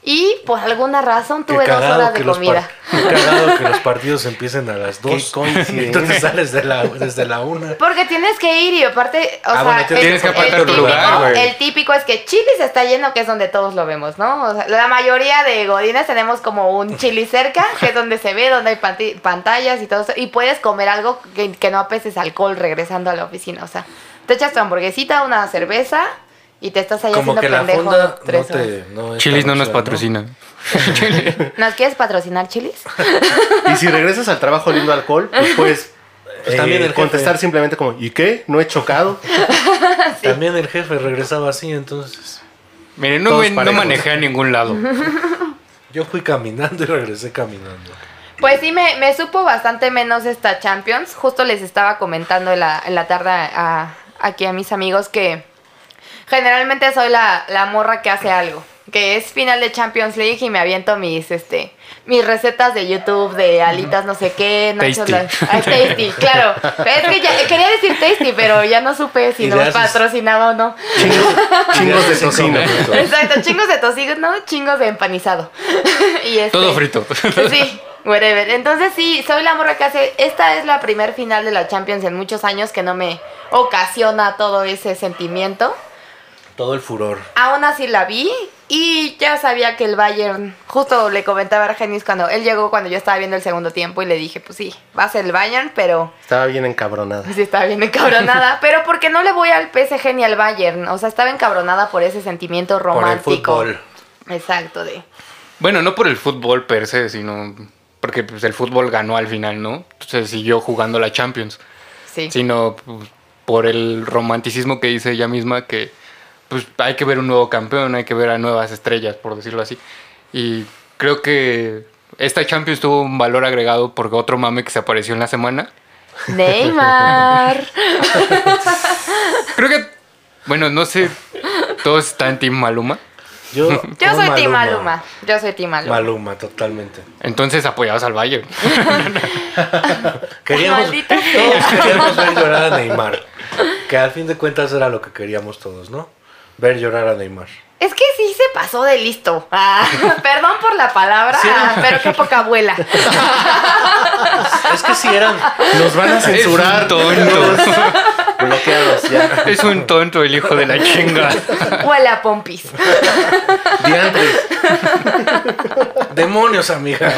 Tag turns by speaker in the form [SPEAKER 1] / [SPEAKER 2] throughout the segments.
[SPEAKER 1] Y por alguna razón
[SPEAKER 2] Qué
[SPEAKER 1] tuve dos
[SPEAKER 2] cagado
[SPEAKER 1] horas
[SPEAKER 2] que
[SPEAKER 1] de
[SPEAKER 2] los
[SPEAKER 1] comida.
[SPEAKER 2] par- qué cagado que los partidos empiecen a las
[SPEAKER 3] Qué
[SPEAKER 2] 2.
[SPEAKER 3] coincidencia.
[SPEAKER 2] Entonces sales de la, desde la 1.
[SPEAKER 1] Porque tienes que ir y aparte, o
[SPEAKER 2] Ah,
[SPEAKER 1] sea,
[SPEAKER 2] bueno, tienes-
[SPEAKER 4] tienes que apartar tu
[SPEAKER 1] típico,
[SPEAKER 4] lugar, güey.
[SPEAKER 1] el típico es que Chilis está lleno, que es donde todos lo vemos, ¿no? O sea, la mayoría de godines tenemos como un Chili cerca, que es donde se ve, donde hay panti- pantallas y todo eso, y puedes comer algo que, que no apestes alcohol regresando a la oficina, o sea, te echas tu hamburguesita, una cerveza y te estás ahí
[SPEAKER 2] Como
[SPEAKER 1] haciendo
[SPEAKER 2] que la
[SPEAKER 1] pendejo
[SPEAKER 2] fonda no
[SPEAKER 1] tres horas.
[SPEAKER 2] te. No es
[SPEAKER 4] Chilis no
[SPEAKER 2] tan
[SPEAKER 4] nos
[SPEAKER 2] opción,
[SPEAKER 4] patrocina.
[SPEAKER 1] ¿Nos quieres patrocinar Chilis?
[SPEAKER 3] Y si regresas al trabajo oliendo alcohol, pues puedes
[SPEAKER 2] Pues
[SPEAKER 3] eh,
[SPEAKER 2] también el jefe.
[SPEAKER 3] contestar simplemente como, ¿y qué? ¿No he chocado?
[SPEAKER 2] También el jefe regresaba así, entonces.
[SPEAKER 4] Miren, no,
[SPEAKER 3] Todos
[SPEAKER 4] ven- no
[SPEAKER 3] parejos.
[SPEAKER 4] manejé a ningún lado.
[SPEAKER 2] Yo fui caminando y regresé caminando.
[SPEAKER 1] Pues sí, me, me supo bastante menos esta Champions. Justo les estaba comentando en la, en la tarde a- aquí a mis amigos que generalmente soy la, la morra que hace algo. Que es final de Champions League y me aviento mis, este, mis recetas de YouTube de alitas no sé qué. nachos,
[SPEAKER 4] Tasty.
[SPEAKER 1] la- ah, tasty, claro. Es que ya, quería decir tasty, pero ya no supe si
[SPEAKER 2] Y
[SPEAKER 1] nos
[SPEAKER 2] le haces-
[SPEAKER 1] patrocinaba o no.
[SPEAKER 3] Chingos, chingos de
[SPEAKER 2] Sí,
[SPEAKER 3] tocino.
[SPEAKER 2] como-
[SPEAKER 1] Exacto, chingos de tocino, chingos de empanizado. y este,
[SPEAKER 4] Todo frito.
[SPEAKER 1] Sí, Whatever. Entonces sí, soy la morra que hace. Esta es la primer final de la Champions en muchos años que no me ocasiona todo ese sentimiento.
[SPEAKER 2] Todo el furor.
[SPEAKER 1] Aún así la vi y ya sabía que el Bayern, justo le comentaba a Argenis cuando él llegó cuando yo estaba viendo el segundo tiempo y le dije, pues sí, va a ser el Bayern, pero
[SPEAKER 3] Estaba bien encabronada.
[SPEAKER 1] pues sí estaba bien encabronada, pero porque no le voy al PSG ni al Bayern, o sea, estaba encabronada por ese sentimiento romántico.
[SPEAKER 2] Por el fútbol.
[SPEAKER 1] Exacto, de
[SPEAKER 4] Bueno, no por el fútbol per se, sino porque pues, el fútbol ganó al final, ¿no? Se siguió jugando la Champions,
[SPEAKER 1] sí.
[SPEAKER 4] sino pues, por el romanticismo que dice ella misma que pues hay que ver un nuevo campeón, hay que ver a nuevas estrellas, por decirlo así. Y creo que esta Champions tuvo un valor agregado porque otro mame que se apareció en la semana.
[SPEAKER 1] Neymar.
[SPEAKER 4] Creo que, bueno, no sé, todos están Team Maluma.
[SPEAKER 2] Yo,
[SPEAKER 1] Yo
[SPEAKER 2] todo
[SPEAKER 1] soy Tim Maluma. Yo soy Tim Maluma.
[SPEAKER 2] Maluma, totalmente.
[SPEAKER 4] Entonces apoyados al Bayern.
[SPEAKER 2] Queríamos,
[SPEAKER 1] Maldita
[SPEAKER 2] todos queríamos ver llorar a Neymar. Que al fin de cuentas era lo que queríamos todos, ¿no? Ver llorar a Neymar.
[SPEAKER 1] Es que sí se pasó de listo. Ah, perdón por la palabra, ah, pero qué poca abuela.
[SPEAKER 2] Es que si eran.
[SPEAKER 3] Nos van a censurar.
[SPEAKER 4] Es un tonto.
[SPEAKER 3] Bloqueados ya.
[SPEAKER 4] Es un tonto el hijo de la chinga.
[SPEAKER 1] Huele a pompis.
[SPEAKER 3] Diantres.
[SPEAKER 2] Demonios, amiga.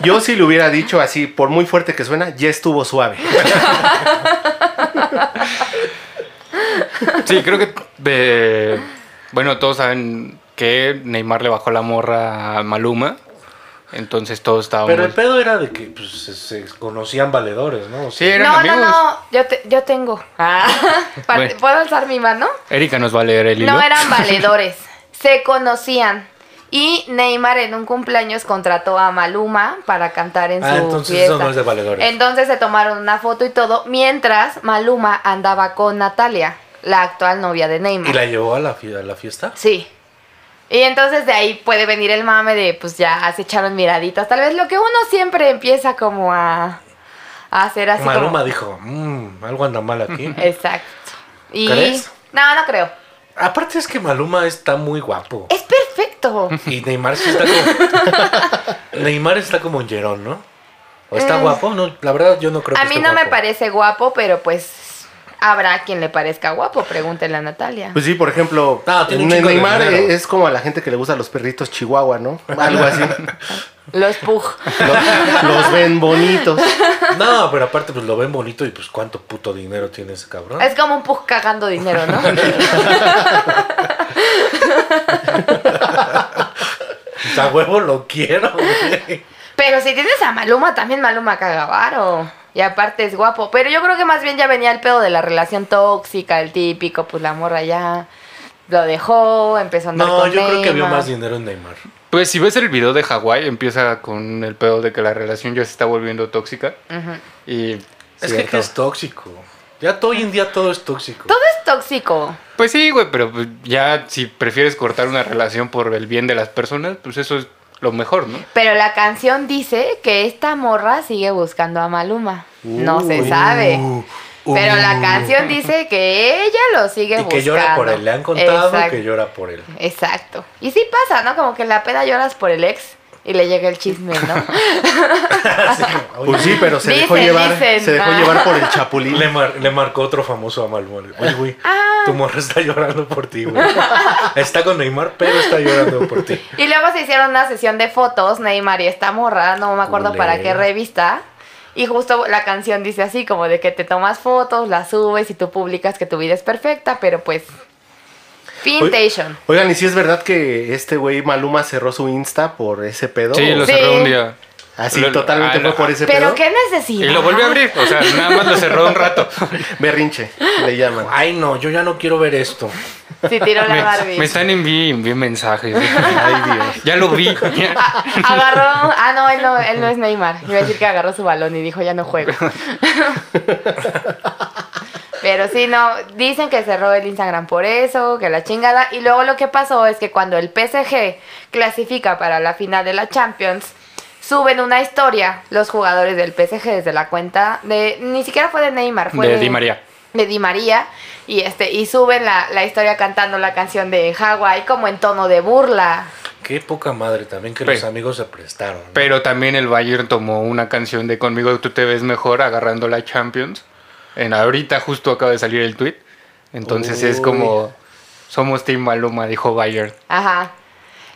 [SPEAKER 3] Yo si le hubiera dicho así, por muy fuerte que suena, ya estuvo suave.
[SPEAKER 4] Sí, creo que. eh, bueno, todos saben que Neymar le bajó la morra a Maluma. Entonces todos estábamos.
[SPEAKER 2] Pero el pedo era de que pues, se, se conocían valedores, ¿no? O
[SPEAKER 4] Sí,
[SPEAKER 2] sea,
[SPEAKER 4] eran
[SPEAKER 1] No,
[SPEAKER 4] amigos.
[SPEAKER 1] no, no. Yo, te- yo tengo. Ah, pa-
[SPEAKER 4] Bueno.
[SPEAKER 1] ¿Puedo alzar mi mano?
[SPEAKER 4] Erika nos va a leer el hilo.
[SPEAKER 1] No eran valedores. Se conocían. Y Neymar en un cumpleaños contrató a Maluma para cantar en
[SPEAKER 2] Ah,
[SPEAKER 1] su
[SPEAKER 2] entonces
[SPEAKER 1] fiesta.
[SPEAKER 2] eso no es de valedores.
[SPEAKER 1] Entonces se tomaron una foto y todo, mientras Maluma andaba con Natalia, la actual novia de Neymar.
[SPEAKER 2] ¿Y la llevó a la, fie- a la fiesta?
[SPEAKER 1] Sí. Y entonces de ahí puede venir el mame de, pues ya se echaron miraditas. Tal vez lo que uno siempre empieza como a, a hacer así. como-
[SPEAKER 2] Maluma dijo, "Mm, algo anda mal aquí.
[SPEAKER 1] Exacto. Y...
[SPEAKER 2] ¿Crees?
[SPEAKER 1] No, no creo.
[SPEAKER 2] Aparte es que Maluma está muy guapo.
[SPEAKER 1] Es perfecto.
[SPEAKER 2] Y Neymar sí está como. Neymar está como un Jerón, ¿no? ¿O está guapo? No, la verdad yo no creo que
[SPEAKER 1] Mm. a mí
[SPEAKER 2] esté
[SPEAKER 1] no me
[SPEAKER 2] guapo.
[SPEAKER 1] parece guapo, pero pues habrá quien le parezca guapo. Pregúntenle a Natalia.
[SPEAKER 3] Pues sí, por ejemplo,
[SPEAKER 2] No, tiene un
[SPEAKER 3] Ne-
[SPEAKER 2] chingo de
[SPEAKER 3] Neymar
[SPEAKER 2] dinero.
[SPEAKER 3] es como a la gente que le gusta los perritos chihuahua, ¿no? Algo así.
[SPEAKER 1] Los pug.
[SPEAKER 3] Los, los ven bonitos.
[SPEAKER 2] No, pero aparte pues lo ven bonito y pues cuánto puto dinero tiene ese cabrón.
[SPEAKER 1] Es como un pug cagando dinero, ¿no?
[SPEAKER 2] O sea, huevo lo quiero. güey.
[SPEAKER 1] Pero si tienes a Maluma, también Maluma caga varo. Y aparte es guapo. Pero yo creo que más bien ya venía el pedo de la relación tóxica, el típico, pues la morra ya lo dejó, empezó a andar
[SPEAKER 2] No,
[SPEAKER 1] con
[SPEAKER 2] yo creo que vio
[SPEAKER 1] Neymar.
[SPEAKER 2] más dinero en Neymar.
[SPEAKER 4] Pues si ves el video de Hawái, empieza con el pedo de que la relación ya se está volviendo tóxica. Y.
[SPEAKER 2] Es que,
[SPEAKER 3] Cierto.
[SPEAKER 2] que es tóxico. Ya todo, hoy en día todo es tóxico.
[SPEAKER 1] Todo es tóxico.
[SPEAKER 4] Pues sí, güey, pero pues, ya si prefieres cortar una relación por el bien de las personas, pues eso es lo mejor, ¿no?
[SPEAKER 1] Pero la canción dice que esta morra sigue buscando a Maluma. No se
[SPEAKER 2] Uh,
[SPEAKER 1] sabe.
[SPEAKER 2] uh.
[SPEAKER 1] Pero la canción dice que ella lo sigue
[SPEAKER 2] Y
[SPEAKER 1] buscando.
[SPEAKER 2] que llora por él. Le han contado
[SPEAKER 1] Exacto.
[SPEAKER 2] que llora por él.
[SPEAKER 1] Exacto. Y sí pasa, ¿no? Como que en la peda lloras por el ex y le llega el chisme, ¿no?
[SPEAKER 2] Así que, oye,
[SPEAKER 3] Pues sí, pero se dejó
[SPEAKER 1] Dicen,
[SPEAKER 3] llevar,
[SPEAKER 1] dicen.
[SPEAKER 3] se dejó
[SPEAKER 1] Ah.
[SPEAKER 3] llevar por el chapulín.
[SPEAKER 2] le, mar- le marcó otro famoso a Maluma. Oye, güey,
[SPEAKER 1] Ah.
[SPEAKER 2] tu morra está llorando por ti, güey. Está con Neymar, pero está llorando por ti.
[SPEAKER 1] Y luego se hicieron una sesión de fotos, Neymar y esta morra, no me acuerdo para qué
[SPEAKER 2] Culera.
[SPEAKER 1] revista. Y justo la canción dice así, como de que te tomas fotos, las subes y tú publicas que tu vida es perfecta, pero pues... Fintation.
[SPEAKER 3] Oigan, y si es verdad que este güey Maluma cerró su Insta por ese pedo.
[SPEAKER 4] Sí, lo
[SPEAKER 1] Sí.
[SPEAKER 4] cerró un día.
[SPEAKER 3] Así
[SPEAKER 4] Lo-
[SPEAKER 3] totalmente
[SPEAKER 4] ah,
[SPEAKER 3] fue
[SPEAKER 4] lo-
[SPEAKER 3] por ese
[SPEAKER 1] Pero
[SPEAKER 3] pedo.
[SPEAKER 1] qué necesidad.
[SPEAKER 4] Y lo volvió a abrir. O sea, nada más lo cerró un rato.
[SPEAKER 3] Berrinche, le llaman.
[SPEAKER 2] Ay, no, yo ya no quiero ver esto.
[SPEAKER 1] Sí, tiró la
[SPEAKER 4] Me,
[SPEAKER 1] Barbie.
[SPEAKER 4] me están enviando envi mensajes.
[SPEAKER 3] Ay, Dios.
[SPEAKER 4] Ya lo vi. Ya.
[SPEAKER 1] A- agarró... Ah, no él, no, él no es Neymar. Iba a decir que agarró su balón y dijo, ya no juego. Pero sí, no, dicen que cerró el Instagram por eso, que la chingada. Y luego lo que pasó es que cuando el PSG clasifica para la final de la Champions, suben una historia los jugadores del PSG desde la cuenta de... Ni siquiera fue de Neymar, fue
[SPEAKER 4] De Di María.
[SPEAKER 1] De Di María. Y, este, y suben la, la historia cantando la canción de Hawái como en tono de burla.
[SPEAKER 2] Qué poca madre también que
[SPEAKER 4] Pe-
[SPEAKER 2] los amigos se prestaron. ¿no?
[SPEAKER 4] Pero también el Bayern tomó una canción de Conmigo tú te ves mejor agarrando la Champions. En ahorita justo acaba de salir el tweet. Entonces es
[SPEAKER 2] Uy.
[SPEAKER 4] como somos Team Maluma, dijo Bayern.
[SPEAKER 1] Ajá.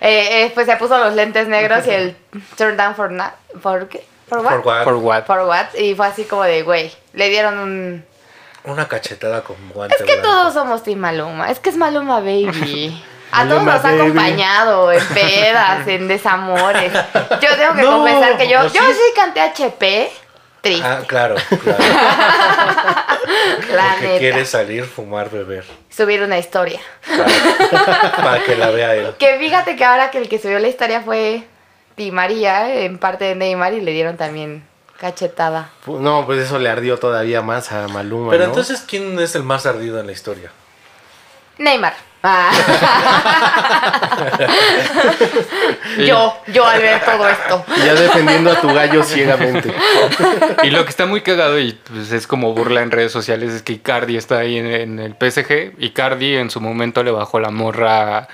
[SPEAKER 1] Eh, eh, pues se puso los lentes negros y el turn down for na- ¿Por qué? ¿For what?
[SPEAKER 2] For what?
[SPEAKER 4] Por what?
[SPEAKER 1] For what? Y fue así como de, güey, le dieron un...
[SPEAKER 2] Una cachetada con Ah, guante
[SPEAKER 1] Es que
[SPEAKER 2] blanco.
[SPEAKER 1] todos somos Team Maluma. Es que es Maluma Baby. A todos
[SPEAKER 3] Maluma
[SPEAKER 1] nos ha
[SPEAKER 3] Baby.
[SPEAKER 1] acompañado en pedas, en desamores. Yo tengo que
[SPEAKER 2] No,
[SPEAKER 1] confesar que yo,
[SPEAKER 2] pues
[SPEAKER 1] yo
[SPEAKER 2] sí.
[SPEAKER 1] sí canté HP. Triste,
[SPEAKER 2] Ah, claro, claro.
[SPEAKER 1] la
[SPEAKER 2] Porque
[SPEAKER 1] neta.
[SPEAKER 2] quiere salir, fumar, beber.
[SPEAKER 1] Subir una historia.
[SPEAKER 2] Para, para que la vea él.
[SPEAKER 1] Que fíjate que ahora que el que subió la historia fue Di María, en parte de Neymar, y le dieron también cachetada.
[SPEAKER 3] Pu- No, pues eso le ardió todavía más a Maluma.
[SPEAKER 2] Pero
[SPEAKER 3] ¿no?
[SPEAKER 2] entonces, ¿quién es el más ardido en la historia?
[SPEAKER 1] Neymar.
[SPEAKER 4] Ah.
[SPEAKER 1] yo, yo al ver todo esto.
[SPEAKER 3] Ya defendiendo a tu gallo ciegamente.
[SPEAKER 4] Y lo que está muy cagado y pues, es como burla en redes sociales es que Icardi está ahí en, en el PSG. Icardi en su momento le bajó la morra,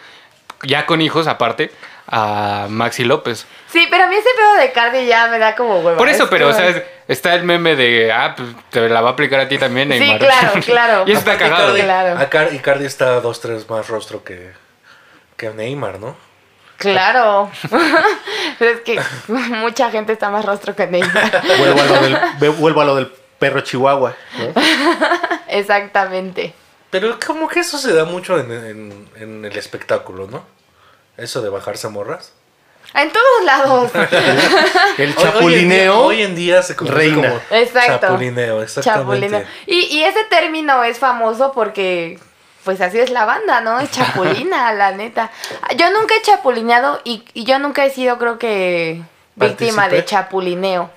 [SPEAKER 4] ya con hijos aparte, a Maxi López.
[SPEAKER 1] Sí, pero a mí ese pedo de Cardi ya me da como huevo.
[SPEAKER 4] Por eso,
[SPEAKER 1] Es
[SPEAKER 4] pero o
[SPEAKER 1] como-
[SPEAKER 4] sea, es- está el meme de, ah, pues, te la va a aplicar a ti también,
[SPEAKER 1] Sí,
[SPEAKER 4] Neymar.
[SPEAKER 1] claro, claro.
[SPEAKER 4] y eso está cagado.
[SPEAKER 1] Icardi- Claro.
[SPEAKER 2] A Ah, Car- Icardi está dos, tres más rostro que, que Neymar, ¿no?
[SPEAKER 1] Claro. Pero es que mucha gente está más rostro que Neymar.
[SPEAKER 3] Vuelvo a lo del, ve- vuelvo a lo del perro chihuahua. ¿no?
[SPEAKER 1] Exactamente.
[SPEAKER 2] Pero como que eso se da mucho en, en- en el espectáculo, ¿no? Eso de bajarse morras.
[SPEAKER 1] En todos lados.
[SPEAKER 3] El
[SPEAKER 2] Hoy-
[SPEAKER 3] chapulineo.
[SPEAKER 2] Hoy en día, hoy en día se conoce
[SPEAKER 3] reina.
[SPEAKER 2] como
[SPEAKER 1] Exacto.
[SPEAKER 2] chapulineo, exactamente.
[SPEAKER 1] Chapulino. Y, y ese término es famoso porque, pues así es la banda, ¿no? Es chapulina, la neta. Yo nunca he chapulineado y, y yo nunca he sido, creo que, víctima
[SPEAKER 2] ¿Partícipe?
[SPEAKER 1] de chapulineo.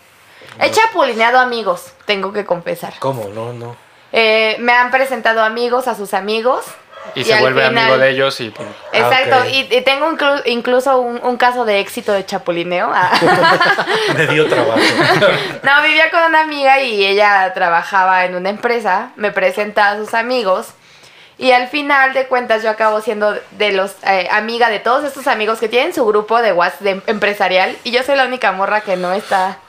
[SPEAKER 1] He chapulineado amigos, tengo que confesar.
[SPEAKER 2] ¿Cómo? No, no.
[SPEAKER 1] Eh, me han presentado amigos a sus amigos.
[SPEAKER 4] Y se
[SPEAKER 1] al
[SPEAKER 4] vuelve amigo
[SPEAKER 1] final-
[SPEAKER 4] de ellos y... pues,
[SPEAKER 1] Exacto,
[SPEAKER 2] Ah, ok.
[SPEAKER 1] y, y tengo inclu- incluso un, un caso de éxito de chapulineo. Ah.
[SPEAKER 2] Me dio trabajo.
[SPEAKER 1] No, vivía con una amiga y ella trabajaba en una empresa, me presenta a sus amigos y al final de cuentas yo acabo siendo de los eh, amiga de todos estos amigos que tienen su grupo de WhatsApp de empresarial y yo soy la única morra que no está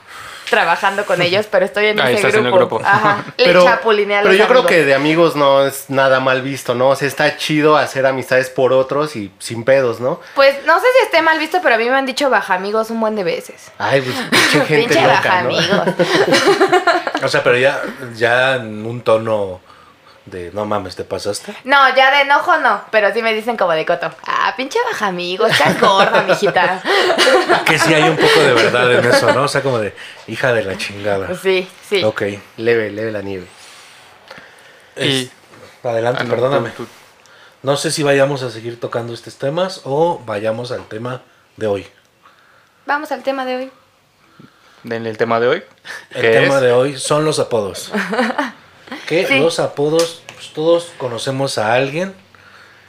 [SPEAKER 1] trabajando con ellos, pero estoy en
[SPEAKER 4] Ah,
[SPEAKER 1] ese
[SPEAKER 4] estás en
[SPEAKER 1] grupo.
[SPEAKER 4] el grupo.
[SPEAKER 1] Ajá, le
[SPEAKER 3] Pero,
[SPEAKER 1] chapulineé a
[SPEAKER 3] pero
[SPEAKER 1] los
[SPEAKER 3] yo creo
[SPEAKER 1] amigos.
[SPEAKER 3] que de amigos no es nada mal visto, ¿no? O sea, está chido hacer amistades por otros y sin pedos, ¿no?
[SPEAKER 1] Pues no sé si esté mal visto, pero a mí me han dicho baja amigos un buen de veces.
[SPEAKER 3] Ay, pues pinche gente
[SPEAKER 1] Pinche baja
[SPEAKER 3] loca, ¿no?
[SPEAKER 1] amigos.
[SPEAKER 2] O sea, pero ya, ya en un tono de no mames, ¿te pasaste?
[SPEAKER 1] No, ya de enojo no, pero sí me dicen como de coto. Ah, pinche baja amigos, estás gorda, mijita.
[SPEAKER 2] Que sí hay un poco de verdad en eso, ¿no? O sea, como de hija de la chingada.
[SPEAKER 1] Sí, Pues sí.
[SPEAKER 2] Ok.
[SPEAKER 3] Leve, leve la nieve.
[SPEAKER 4] y-
[SPEAKER 2] Adelante,
[SPEAKER 4] ah, no,
[SPEAKER 2] perdóname.
[SPEAKER 4] tú- tú-
[SPEAKER 2] No sé si vayamos a seguir tocando estos temas o vayamos al tema de hoy.
[SPEAKER 1] Vamos al tema de hoy.
[SPEAKER 4] denle el tema de hoy.
[SPEAKER 2] El
[SPEAKER 4] que
[SPEAKER 2] tema
[SPEAKER 4] es-
[SPEAKER 2] de hoy son los apodos. que los apodos, pues, todos conocemos a alguien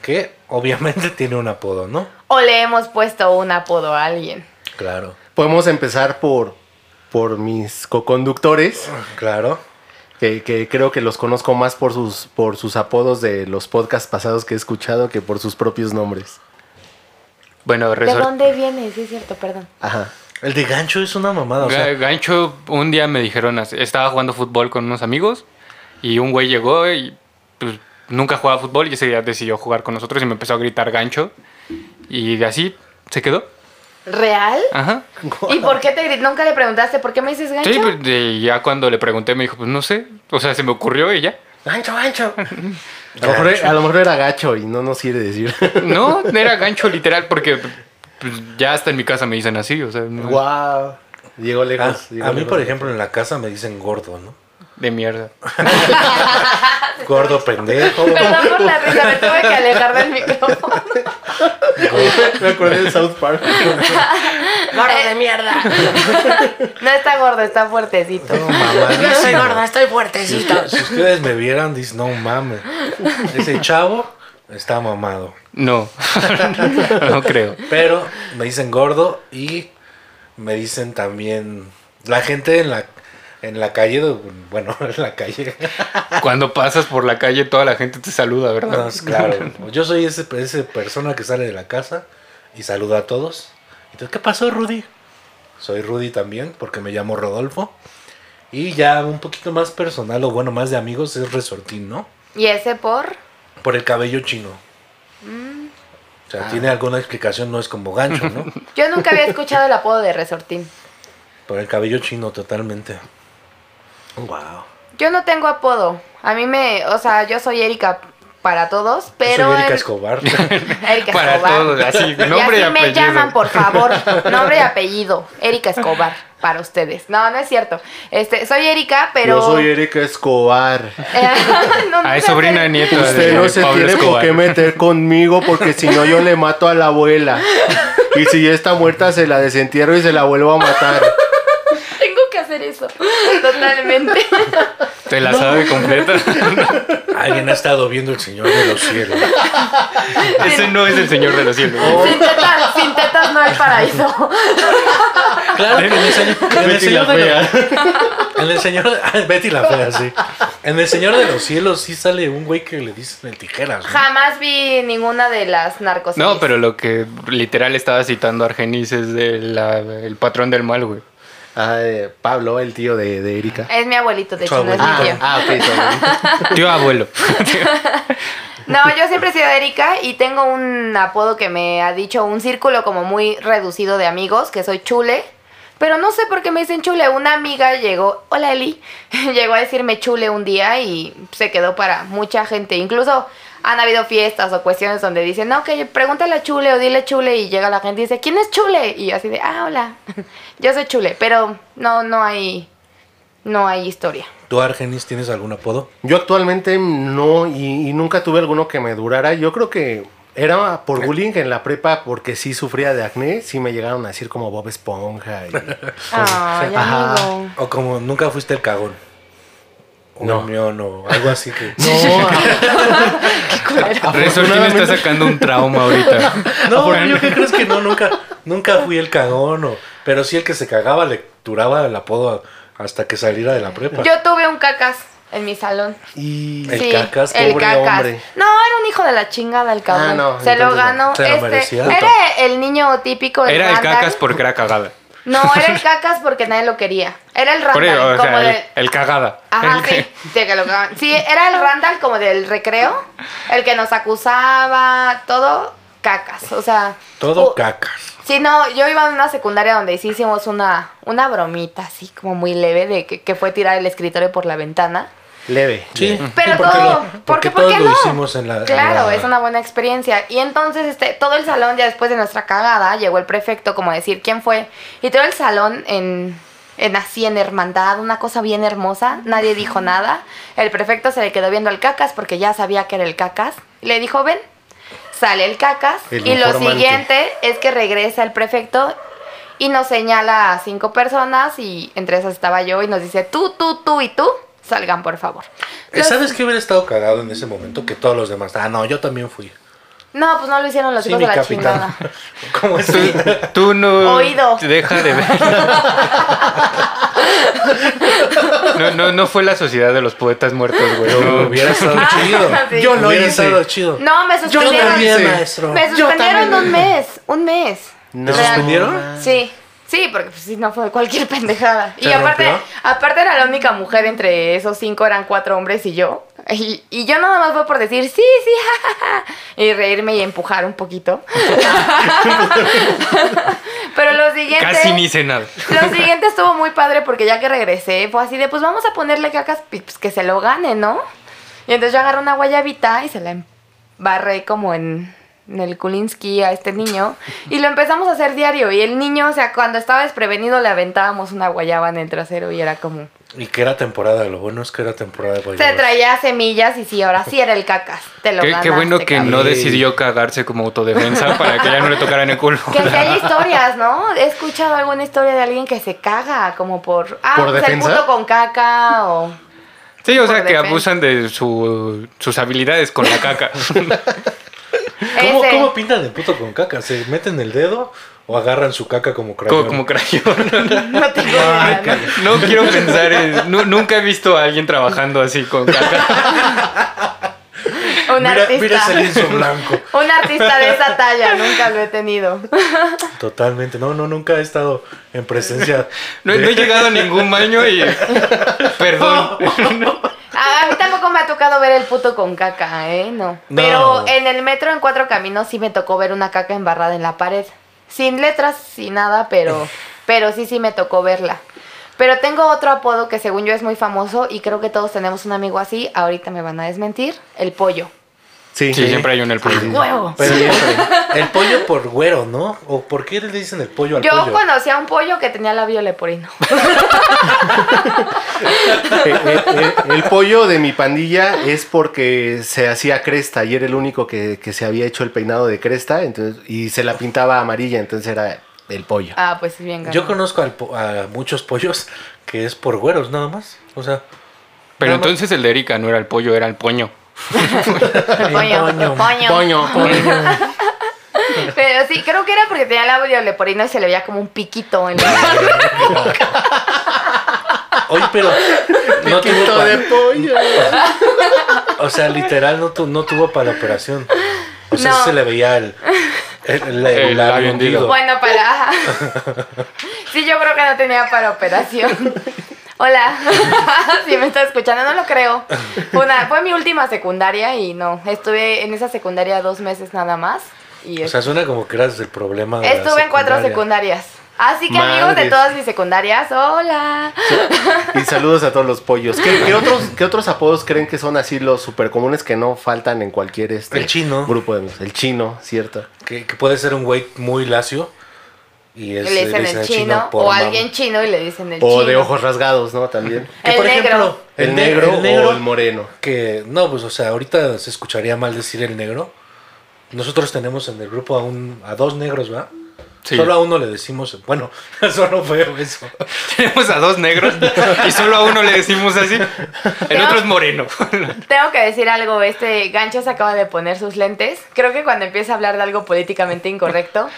[SPEAKER 2] que obviamente tiene un apodo, ¿no?
[SPEAKER 1] O le hemos puesto un apodo a alguien.
[SPEAKER 2] Claro,
[SPEAKER 3] Podemos empezar por, por mis coconductores,
[SPEAKER 2] claro.
[SPEAKER 3] que, que creo que los conozco más por sus, por sus apodos de los podcasts pasados que he escuchado que por sus propios nombres.
[SPEAKER 4] Bueno,
[SPEAKER 1] ¿De
[SPEAKER 4] resor-
[SPEAKER 1] dónde viene? Sí, es cierto, perdón.
[SPEAKER 3] Ajá.
[SPEAKER 2] El de gancho es una mamada, o sea,
[SPEAKER 4] Ga- Gancho, un día me dijeron, así- estaba jugando fútbol con unos amigos y un güey llegó y pues, nunca jugaba fútbol y ese día decidió jugar con nosotros y me empezó a gritar gancho y de así se quedó.
[SPEAKER 1] ¿Real?
[SPEAKER 4] Ajá.
[SPEAKER 1] ¿Y por qué te gri- nunca le preguntaste por qué me dices gancho?
[SPEAKER 4] Sí, pues, de- ya cuando le pregunté me dijo, pues no sé, o sea, se me ocurrió y ya.
[SPEAKER 3] Gancho, gancho. A lo, mejor, a lo mejor era gacho y no nos quiere decir.
[SPEAKER 4] No, era gancho literal porque pues, ya hasta en mi casa me dicen así, o sea, no-
[SPEAKER 3] wow. Llegó
[SPEAKER 2] a,
[SPEAKER 3] lejos. llegó
[SPEAKER 2] Ah, a mí,
[SPEAKER 3] lejos.
[SPEAKER 2] por ejemplo, en la casa me dicen gordo, ¿no?
[SPEAKER 4] de mierda.
[SPEAKER 2] Gordo pendejo.
[SPEAKER 1] Perdón por la risa, me tuve que alejar del micrófono.
[SPEAKER 3] Me acordé de South Park.
[SPEAKER 1] Gordo de mierda. No está gordo, está fuertecito.
[SPEAKER 2] No, mamadísimo.
[SPEAKER 1] estoy
[SPEAKER 2] Si,
[SPEAKER 1] fuertecito.
[SPEAKER 2] usted- si ustedes me vieran, dicen, no mames. Ese chavo está mamado.
[SPEAKER 4] No, no creo.
[SPEAKER 2] Pero me dicen gordo y me dicen también la gente en la en la calle, bueno, en la calle.
[SPEAKER 4] Cuando pasas por la calle toda la gente te saluda, ¿verdad?
[SPEAKER 2] No, es claro. Yo soy ese, ese persona que sale de la casa y saludo a todos. Entonces, ¿qué pasó, Rudy? Soy Rudy también, porque me llamo Rodolfo. Y ya un poquito más personal, o bueno, más de amigos, es Resortín, ¿no?
[SPEAKER 1] ¿Y ese por?
[SPEAKER 2] Por el cabello chino. O sea, tiene alguna explicación, no es como gancho, ¿no?
[SPEAKER 1] Yo nunca había escuchado el apodo de Resortín.
[SPEAKER 2] Por el cabello chino, totalmente. Wow.
[SPEAKER 1] Yo no tengo apodo. A mí me, o sea, yo soy Erika para todos, pero
[SPEAKER 2] Soy Erika
[SPEAKER 1] el-
[SPEAKER 2] Escobar.
[SPEAKER 1] Erika
[SPEAKER 4] Para
[SPEAKER 1] Escobar.
[SPEAKER 4] todos, así,
[SPEAKER 1] Y
[SPEAKER 4] nombre y
[SPEAKER 1] así me
[SPEAKER 4] apellido.
[SPEAKER 1] llaman, por favor. Nombre y apellido. Erika Escobar para ustedes. No, no es cierto. Este, soy Erika, pero
[SPEAKER 3] Yo soy Erika Escobar.
[SPEAKER 1] no, no
[SPEAKER 4] Ah, es
[SPEAKER 1] sé
[SPEAKER 4] sobrina
[SPEAKER 1] hacer-
[SPEAKER 4] y nieta
[SPEAKER 3] Usted
[SPEAKER 4] de
[SPEAKER 3] Este, no se
[SPEAKER 4] Pablo
[SPEAKER 3] tiene por
[SPEAKER 4] Escobar.
[SPEAKER 3] qué meter conmigo porque si no yo le mato a la abuela. Y si ya está muerta se la desentierro y se la vuelvo a matar.
[SPEAKER 1] Tengo que hacer eso. Totalmente.
[SPEAKER 4] Te la sabe completa.
[SPEAKER 2] Alguien ha estado viendo el Señor de los Cielos.
[SPEAKER 4] Ese no es el señor de los cielos.
[SPEAKER 3] Oh.
[SPEAKER 1] Sin tetas, sin tetas no hay paraíso.
[SPEAKER 2] Claro, en el Señor, en el
[SPEAKER 3] Betty la
[SPEAKER 2] señor de los
[SPEAKER 3] fea.
[SPEAKER 2] En el Señor de- ah, Betty la fea, sí. En el Señor de los Cielos sí sale un güey que le dicen el tijeras. ¿no?
[SPEAKER 1] Jamás vi ninguna de las narcos.
[SPEAKER 4] No, pero lo que literal estaba citando Argenis es de la- el patrón del mal, güey.
[SPEAKER 3] Ah, eh, Pablo, el tío de, de Erika.
[SPEAKER 1] Es mi abuelito, de hecho, no es mi
[SPEAKER 3] Ah,
[SPEAKER 1] tío.
[SPEAKER 3] ah, ok, sorry.
[SPEAKER 4] Tío abuelo.
[SPEAKER 1] No, yo siempre he sido Erika y tengo un apodo que me ha dicho un círculo como muy reducido de amigos, que soy chule. Pero no sé por qué me dicen chule. Una amiga llegó, hola Eli, llegó a decirme chule un día y se quedó para mucha gente. Incluso han habido fiestas o cuestiones donde dicen, no, que pregúntale a chule o dile chule y llega la gente y dice, ¿quién es chule? Y yo así de, ah, hola, yo soy chule. Pero no, no hay, no hay historia.
[SPEAKER 2] ¿Tú, Argenis, tienes algún apodo?
[SPEAKER 3] Yo actualmente no y, y nunca tuve alguno que me durara. Yo creo que era por bullying en la prepa porque sí sufría de acné. Sí me llegaron a decir como Bob Esponja. y-
[SPEAKER 1] Ay,
[SPEAKER 3] Ajá.
[SPEAKER 1] amigo.
[SPEAKER 2] O como nunca fuiste el cagón. O
[SPEAKER 3] No.
[SPEAKER 2] no. mión o algo así que.
[SPEAKER 3] No,
[SPEAKER 1] Oh.
[SPEAKER 4] Resortín está sacando un trauma ahorita.
[SPEAKER 2] No, yo qué crees que no, nunca, nunca fui el cagón. o- pero sí el que se cagaba le duraba el apodo a- hasta que saliera de la prepa.
[SPEAKER 1] Yo tuve un cacas en mi salón.
[SPEAKER 3] y
[SPEAKER 2] El cacas,
[SPEAKER 3] pobre hombre.
[SPEAKER 1] No, era un hijo de la chingada el cabrón.
[SPEAKER 3] Ah, no,
[SPEAKER 1] se lo
[SPEAKER 3] entonces no.
[SPEAKER 1] ganó.
[SPEAKER 2] Se lo
[SPEAKER 1] este,
[SPEAKER 2] merecía.
[SPEAKER 1] era el niño típico. El
[SPEAKER 4] Era el
[SPEAKER 1] Randall.
[SPEAKER 4] cacas porque era cagada.
[SPEAKER 1] No, era el cacas porque nadie lo quería. Era el
[SPEAKER 4] Por
[SPEAKER 1] Randall.
[SPEAKER 4] eso, o
[SPEAKER 1] como
[SPEAKER 4] sea, el,
[SPEAKER 1] de-
[SPEAKER 4] el cagada.
[SPEAKER 1] Ajá,
[SPEAKER 4] El que-
[SPEAKER 1] sí, de que lo cagaban. Sí, era el Randall como del recreo, el que nos acusaba, todo cacas, o sea...
[SPEAKER 2] Todo
[SPEAKER 1] u-
[SPEAKER 2] cacas.
[SPEAKER 1] Sí, no, yo iba a una secundaria donde sí hicimos una, una bromita así como muy leve de que, que fue tirar el escritorio por la ventana.
[SPEAKER 3] leve.
[SPEAKER 2] Sí,
[SPEAKER 1] Pero
[SPEAKER 2] porque
[SPEAKER 1] todo-
[SPEAKER 2] lo-
[SPEAKER 1] ¿por
[SPEAKER 2] porque
[SPEAKER 1] qué- por
[SPEAKER 2] todos
[SPEAKER 1] qué
[SPEAKER 2] lo
[SPEAKER 1] no?
[SPEAKER 2] hicimos en la. en
[SPEAKER 1] Claro,
[SPEAKER 2] la-
[SPEAKER 1] es una buena experiencia. Y entonces este, todo el salón, ya después de nuestra cagada, llegó el prefecto como a decir quién fue. Y todo el salón en, en así, en hermandad, una cosa bien hermosa. Nadie dijo nada. El prefecto se le quedó viendo al cacas porque ya sabía que era el cacas. Le dijo, ven, sale el cacas.
[SPEAKER 3] El
[SPEAKER 1] y lo
[SPEAKER 3] informante.
[SPEAKER 1] siguiente es que regresa el prefecto y nos señala a cinco personas y entre esas estaba yo y nos dice, tú, tú, tú y tú, salgan por favor.
[SPEAKER 2] Eh, ¿Sabes qué hubiera estado cagado en ese momento? Que todos los demás. Ah, no, yo también fui.
[SPEAKER 1] No, pues no lo hicieron los
[SPEAKER 2] Sí,
[SPEAKER 1] hijos
[SPEAKER 2] mi
[SPEAKER 1] de la
[SPEAKER 2] capitán.
[SPEAKER 1] chingada.
[SPEAKER 2] ¿Cómo es?
[SPEAKER 4] Tú, tú no.
[SPEAKER 1] Oído.
[SPEAKER 4] Deja de ver. No, no, no fue la sociedad de los poetas muertos, güey.
[SPEAKER 2] Pero
[SPEAKER 4] No.
[SPEAKER 2] hubiera estado
[SPEAKER 1] Ah,
[SPEAKER 2] chido.
[SPEAKER 1] sí.
[SPEAKER 3] Yo lo
[SPEAKER 2] hubiera
[SPEAKER 3] hice.
[SPEAKER 2] estado chido.
[SPEAKER 1] No, me
[SPEAKER 2] yo
[SPEAKER 1] suspendieron.
[SPEAKER 2] también,
[SPEAKER 3] hice.
[SPEAKER 2] maestro.
[SPEAKER 1] me suspendieron un mes, un mes.
[SPEAKER 3] No.
[SPEAKER 2] ¿Te suspendieron?
[SPEAKER 1] Sí, sí, porque pues, sí, no fue cualquier pendejada. Y
[SPEAKER 2] ¿Se
[SPEAKER 1] aparte,
[SPEAKER 2] rompió?
[SPEAKER 1] aparte era la única mujer entre esos cinco, eran cuatro hombres y yo. Y, y yo nada más fue por decir, sí, sí, jajaja. Y reírme y empujar un poquito. Pero lo siguiente...
[SPEAKER 4] Casi ni hice nada.
[SPEAKER 1] Lo siguiente estuvo muy padre porque ya que regresé fue así de, pues vamos a ponerle cacas pi- pues, que se lo gane, ¿no? Y entonces yo agarré una guayabita y se la embarré como en, en el Kulinski a este niño y lo empezamos a hacer diario y el niño, o sea, cuando estaba desprevenido le aventábamos una guayaba en el trasero y era como...
[SPEAKER 2] Y que era temporada, lo bueno es que era temporada de
[SPEAKER 1] Se
[SPEAKER 2] guayabas.
[SPEAKER 1] traía semillas y sí, ahora sí era el cacas. Te lo
[SPEAKER 4] Qué, qué
[SPEAKER 1] ganaste,
[SPEAKER 4] bueno que
[SPEAKER 1] cabrón.
[SPEAKER 4] no
[SPEAKER 2] cabrón.
[SPEAKER 4] decidió cagarse como autodefensa para que ya no le tocaran el culo.
[SPEAKER 1] Que si hay historias, ¿no? He escuchado alguna historia de alguien que se caga como por... Ah,
[SPEAKER 3] ¿Por
[SPEAKER 1] pues el
[SPEAKER 3] defensa?
[SPEAKER 1] puto con caca o...
[SPEAKER 4] Sí, o sea,
[SPEAKER 1] por
[SPEAKER 4] que
[SPEAKER 1] defensa.
[SPEAKER 4] abusan de su- sus habilidades con la caca.
[SPEAKER 2] ¿Cómo,
[SPEAKER 1] Ese.
[SPEAKER 2] ¿Cómo pintan el puto con caca? ¿Se meten el dedo o agarran su caca como crayón?
[SPEAKER 4] como, como crayón.
[SPEAKER 1] No tengo idea, ¿no?
[SPEAKER 4] No quiero pensar en- nu- nunca he visto a alguien trabajando así con caca.
[SPEAKER 1] Un
[SPEAKER 2] Mira,
[SPEAKER 1] artista.
[SPEAKER 2] mira ese lienzo blanco.
[SPEAKER 1] Un artista de esa talla, nunca lo he tenido.
[SPEAKER 2] Totalmente. No, no, nunca he estado en presencia.
[SPEAKER 4] No, he- no he llegado a ningún baño y. Perdón.
[SPEAKER 1] A, a mí tampoco me ha tocado ver el puto con caca, ¿eh? No.
[SPEAKER 2] No.
[SPEAKER 1] Pero en el metro en Cuatro Caminos sí me tocó ver una caca embarrada en la pared. Sin letras, sin nada, pero, pero sí, sí me tocó verla. Pero tengo otro apodo que según yo es muy famoso y creo que todos tenemos un amigo así. Ahorita me van a desmentir. El pollo.
[SPEAKER 3] Sí,
[SPEAKER 4] Sí, siempre hay un el
[SPEAKER 3] Sí, sí.
[SPEAKER 4] pollo.
[SPEAKER 1] ¡Huevo!
[SPEAKER 2] Pero el pollo por güero, ¿no? ¿O por qué le dicen el pollo al
[SPEAKER 1] Yo
[SPEAKER 2] pollo?
[SPEAKER 1] conocí a un pollo que tenía labio leporino.
[SPEAKER 3] Eh, eh, eh, el pollo de mi pandilla es porque se hacía cresta y era el único que, que se había hecho el peinado de cresta entonces, y se la pintaba amarilla, entonces era el pollo.
[SPEAKER 1] Ah, pues sí, bien
[SPEAKER 2] Yo
[SPEAKER 1] ganado.
[SPEAKER 2] conozco al po- a muchos pollos que es por güeros nada más. O sea,
[SPEAKER 4] Pero
[SPEAKER 2] Nada más.
[SPEAKER 4] entonces el de Erika no era el pollo, era el puño.
[SPEAKER 1] El pollo, el pollo.
[SPEAKER 3] Poño, poño.
[SPEAKER 1] Pero sí, creo que era porque tenía labio leporino y se le veía como un piquito en la
[SPEAKER 2] Oye, pero no tuvo
[SPEAKER 3] Quito
[SPEAKER 2] pa-
[SPEAKER 3] de pollo.
[SPEAKER 2] o sea, literal no, tu- no tuvo para la operación. O sea,
[SPEAKER 1] No.
[SPEAKER 2] sí se le veía el, el, el- el
[SPEAKER 4] El
[SPEAKER 2] labio
[SPEAKER 4] labio hundido.
[SPEAKER 2] hundido.
[SPEAKER 1] Bueno, para. Sí, yo creo que no tenía para operación. Hola, si me está escuchando, no lo creo. Fue Una, fue mi última secundaria y no, estuve en esa secundaria dos meses nada más. Y
[SPEAKER 2] O sea, suena como que eras el problema. de la
[SPEAKER 1] estuve en cuatro
[SPEAKER 2] secundaria.
[SPEAKER 1] secundarias. Así que amigos de
[SPEAKER 2] Madres.
[SPEAKER 1] todas mis secundarias, hola.
[SPEAKER 3] Y saludos a todos los pollos. ¿Qué, qué otros, qué otros apodos creen que son así los súper comunes que no faltan en cualquier este
[SPEAKER 2] El chino.
[SPEAKER 3] grupo de El chino, cierto.
[SPEAKER 2] Que, que puede ser un güey muy lacio. Y
[SPEAKER 1] Y
[SPEAKER 2] es,
[SPEAKER 1] le dicen el chino
[SPEAKER 2] por
[SPEAKER 1] o
[SPEAKER 2] mamón.
[SPEAKER 1] alguien chino y le dicen el
[SPEAKER 3] O
[SPEAKER 1] chino.
[SPEAKER 3] de ojos rasgados, ¿no? También.
[SPEAKER 2] Que,
[SPEAKER 1] El
[SPEAKER 2] por
[SPEAKER 1] negro.
[SPEAKER 2] ejemplo,
[SPEAKER 3] El,
[SPEAKER 2] ne-
[SPEAKER 3] negro,
[SPEAKER 2] el negro
[SPEAKER 3] o el moreno.
[SPEAKER 2] que no, pues o sea, ahorita se escucharía mal decir el negro. Nosotros tenemos en el grupo a un a dos negros, ¿va?
[SPEAKER 4] Sí.
[SPEAKER 2] Solo a uno le decimos, bueno, solo fue eso.
[SPEAKER 4] Tenemos a dos negros y solo a uno le decimos así. El otro es moreno.
[SPEAKER 1] Tengo que decir algo, este gancho se acaba de poner sus lentes. Creo que cuando empieza a hablar de algo políticamente incorrecto,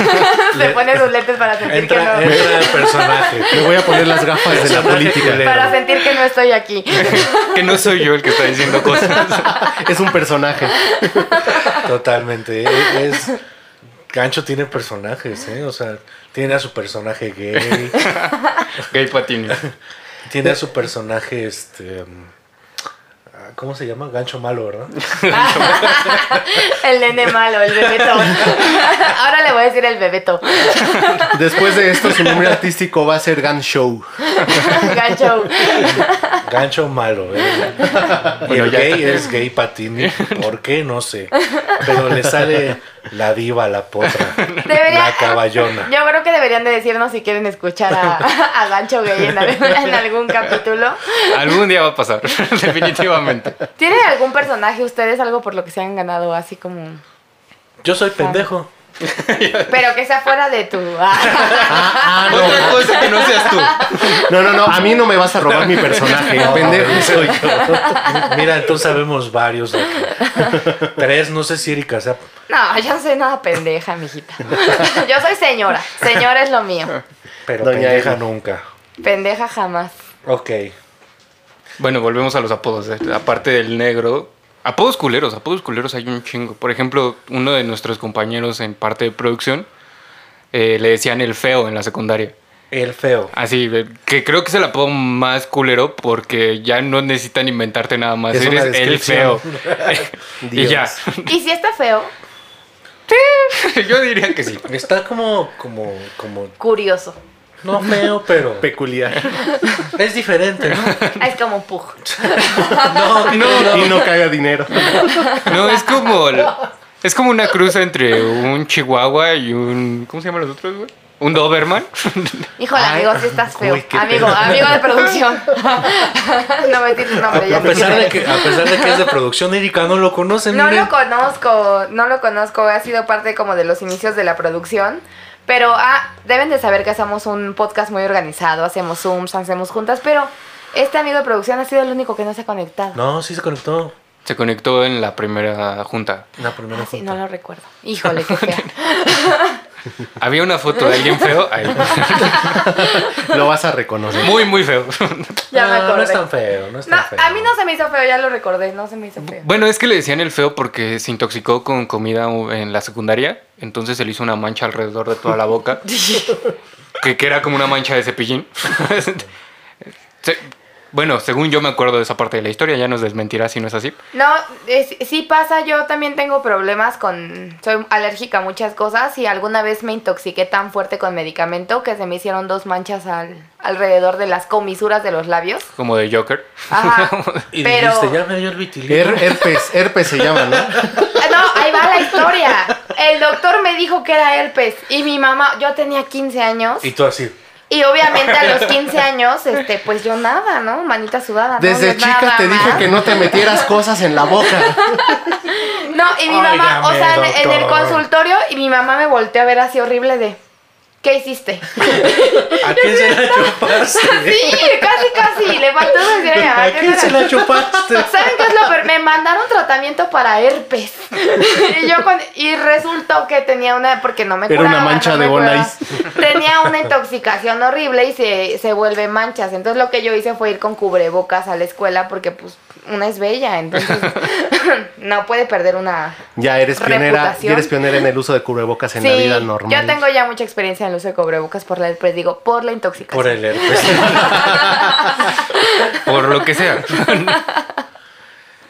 [SPEAKER 1] se pone sus lentes para sentir que no.
[SPEAKER 2] Entra, entra el personaje.
[SPEAKER 3] Me voy a poner las gafas de la política.
[SPEAKER 1] Para sentir que no estoy aquí.
[SPEAKER 4] Que no soy yo el que está diciendo cosas.
[SPEAKER 3] Es un personaje.
[SPEAKER 2] Totalmente. e- Es, Gancho tiene personajes, ¿eh? O sea, tiene a su personaje gay,
[SPEAKER 4] Gay patini.
[SPEAKER 2] tiene a su personaje, este... um, ah, ¿Cómo se llama? Gancho malo, ¿verdad?
[SPEAKER 1] El nene malo, el bebeto. Ahora le voy a decir el bebeto.
[SPEAKER 3] Después de esto, su nombre artístico va a ser Gun Show.
[SPEAKER 1] Gancho.
[SPEAKER 2] Gancho malo, ¿eh? Y
[SPEAKER 4] Bueno,
[SPEAKER 2] el
[SPEAKER 4] ya
[SPEAKER 2] gay es gay patini. ¿Por qué? No sé. Pero le sale la diva, la potra,
[SPEAKER 1] Debería-
[SPEAKER 2] la caballona.
[SPEAKER 1] Yo creo que deberían de decirnos si quieren escuchar a, a Gancho Gay en, al- en algún capítulo.
[SPEAKER 4] Algún día va a pasar, definitivamente.
[SPEAKER 1] ¿Tienen algún personaje ustedes, algo por lo que se han ganado, así como...
[SPEAKER 2] Yo soy pendejo.
[SPEAKER 1] Pero que sea fuera de tu... ah,
[SPEAKER 4] Otra cosa que ah, no seas tú.
[SPEAKER 3] No, no, no. A mí no me vas a robar mi personaje. Pendejo soy yo.
[SPEAKER 2] Mira, entonces sabemos varios. de aquí. Tres, no sé si Erika sea.
[SPEAKER 1] No, yo no soy nada pendeja, mijita. Yo soy señora. Señora es lo mío.
[SPEAKER 2] Pero
[SPEAKER 3] Doña
[SPEAKER 2] pendeja
[SPEAKER 3] Erika.
[SPEAKER 2] nunca.
[SPEAKER 1] Pendeja jamás.
[SPEAKER 2] Ok.
[SPEAKER 4] Bueno, volvemos a los apodos. eh. Aparte del negro, apodos culeros, apodos culeros hay un chingo. Por ejemplo, uno de nuestros compañeros en parte de producción eh, le decían el feo en la secundaria.
[SPEAKER 2] El feo.
[SPEAKER 4] Así, eh, que creo que es el apodo más culero porque ya no necesitan inventarte nada más.
[SPEAKER 3] Es una
[SPEAKER 4] Eres el
[SPEAKER 3] descripción.
[SPEAKER 4] feo. y ya.
[SPEAKER 3] Dios.
[SPEAKER 1] ¿Y si está feo?
[SPEAKER 4] Yo diría que sí.
[SPEAKER 2] Está como, como, como.
[SPEAKER 1] Curioso.
[SPEAKER 2] No feo, pero.
[SPEAKER 3] Peculiar.
[SPEAKER 2] Es diferente, ¿no?
[SPEAKER 1] Es como un puj.
[SPEAKER 2] No, no,
[SPEAKER 3] Y no caga dinero.
[SPEAKER 4] No, es como. Es como una cruz entre un chihuahua y un. ¿Cómo se llaman los otros, güey? Un Doberman.
[SPEAKER 1] Híjole,
[SPEAKER 3] Ay,
[SPEAKER 1] amigo, si estás feo.
[SPEAKER 3] uy, qué
[SPEAKER 1] amigo,
[SPEAKER 3] pena.
[SPEAKER 1] amigo de producción. No me tires nombre, ya
[SPEAKER 2] A
[SPEAKER 1] te
[SPEAKER 2] pesar,
[SPEAKER 1] dije.
[SPEAKER 2] de que, a pesar de que es de producción, Erika no lo conoce,
[SPEAKER 1] No
[SPEAKER 2] miren.
[SPEAKER 1] lo conozco, no lo conozco. Ha sido parte como de los inicios de la producción. Pero ah, deben de saber que hacemos un podcast muy organizado. Hacemos Zooms, hacemos juntas. Pero este amigo de producción ha sido el único que no se ha conectado.
[SPEAKER 2] No, sí se conectó
[SPEAKER 4] Se conectó en la primera junta.
[SPEAKER 2] en la primera
[SPEAKER 1] Ah, sí,
[SPEAKER 2] junta.
[SPEAKER 1] no lo recuerdo. Híjole, qué fea.
[SPEAKER 4] Había una foto de alguien feo ahí.
[SPEAKER 3] Lo vas a reconocer.
[SPEAKER 4] Muy, muy feo.
[SPEAKER 1] Ya me
[SPEAKER 2] no, no
[SPEAKER 1] acordé.
[SPEAKER 2] es tan feo, no es
[SPEAKER 1] No,
[SPEAKER 2] tan feo.
[SPEAKER 1] a mí no se me hizo feo, ya lo recordé, no se me hizo feo.
[SPEAKER 4] Bueno, es que le decían el feo porque se intoxicó con comida en la secundaria. Entonces se le hizo una mancha alrededor de toda la boca. que, que era como una mancha de cepillín. Se- bueno, según yo me acuerdo de esa parte de la historia, ya nos desmentirá si no es así.
[SPEAKER 1] No, es- sí pasa, yo también tengo problemas con... Soy alérgica a muchas cosas y alguna vez me intoxiqué tan fuerte con medicamento que se me hicieron dos manchas al, alrededor de las comisuras de los labios.
[SPEAKER 4] Como de Joker.
[SPEAKER 1] Ajá.
[SPEAKER 2] Y
[SPEAKER 1] pero...
[SPEAKER 2] dijiste, ya me dio el vitiligo.
[SPEAKER 3] Her- herpes, herpes se llama, ¿no?
[SPEAKER 1] ah, No, ahí va la historia. El doctor me dijo que era herpes y mi mamá, yo tenía 15 años
[SPEAKER 2] Y tú así.
[SPEAKER 1] y obviamente a los 15 años, este, pues yo nada, ¿no? Manita sudada. ¿no?
[SPEAKER 3] Desde
[SPEAKER 1] Yo
[SPEAKER 3] chica
[SPEAKER 1] nada
[SPEAKER 3] te dije
[SPEAKER 1] más.
[SPEAKER 3] que no te metieras cosas en la boca.
[SPEAKER 1] No, y mi mamá, o
[SPEAKER 2] Óigame,
[SPEAKER 1] sea, en, en el
[SPEAKER 2] doctor.
[SPEAKER 1] consultorio y mi mamá me volteó a ver así horrible de... ¿Qué hiciste?
[SPEAKER 2] ¿A quién se la chupaste?
[SPEAKER 1] Sí, casi, casi. Le faltó decir a mi mamá.
[SPEAKER 2] ¿A quién se la chupaste?
[SPEAKER 1] ¿Saben qué es lo peor? Me mandaron tratamiento para herpes. y, yo con- y resultó que tenía una. Porque no me
[SPEAKER 3] Era una
[SPEAKER 1] curaba,
[SPEAKER 3] mancha
[SPEAKER 1] no
[SPEAKER 3] de
[SPEAKER 1] me
[SPEAKER 3] Bon
[SPEAKER 1] curaba.
[SPEAKER 3] Ice.
[SPEAKER 1] Tenía una intoxicación horrible y se, se vuelve manchas. Entonces lo que yo hice fue ir con cubrebocas a la escuela porque, pues, una es bella. Entonces no puede perder una.
[SPEAKER 3] Ya eres pionera,
[SPEAKER 1] Reputación.
[SPEAKER 3] ya eres pionera en el uso de cubrebocas en la vida normal.
[SPEAKER 1] yo tengo ya mucha experiencia en el uso de cubrebocas por la herpes, digo, por la intoxicación.
[SPEAKER 2] Por el herpes.
[SPEAKER 4] Por lo que sea.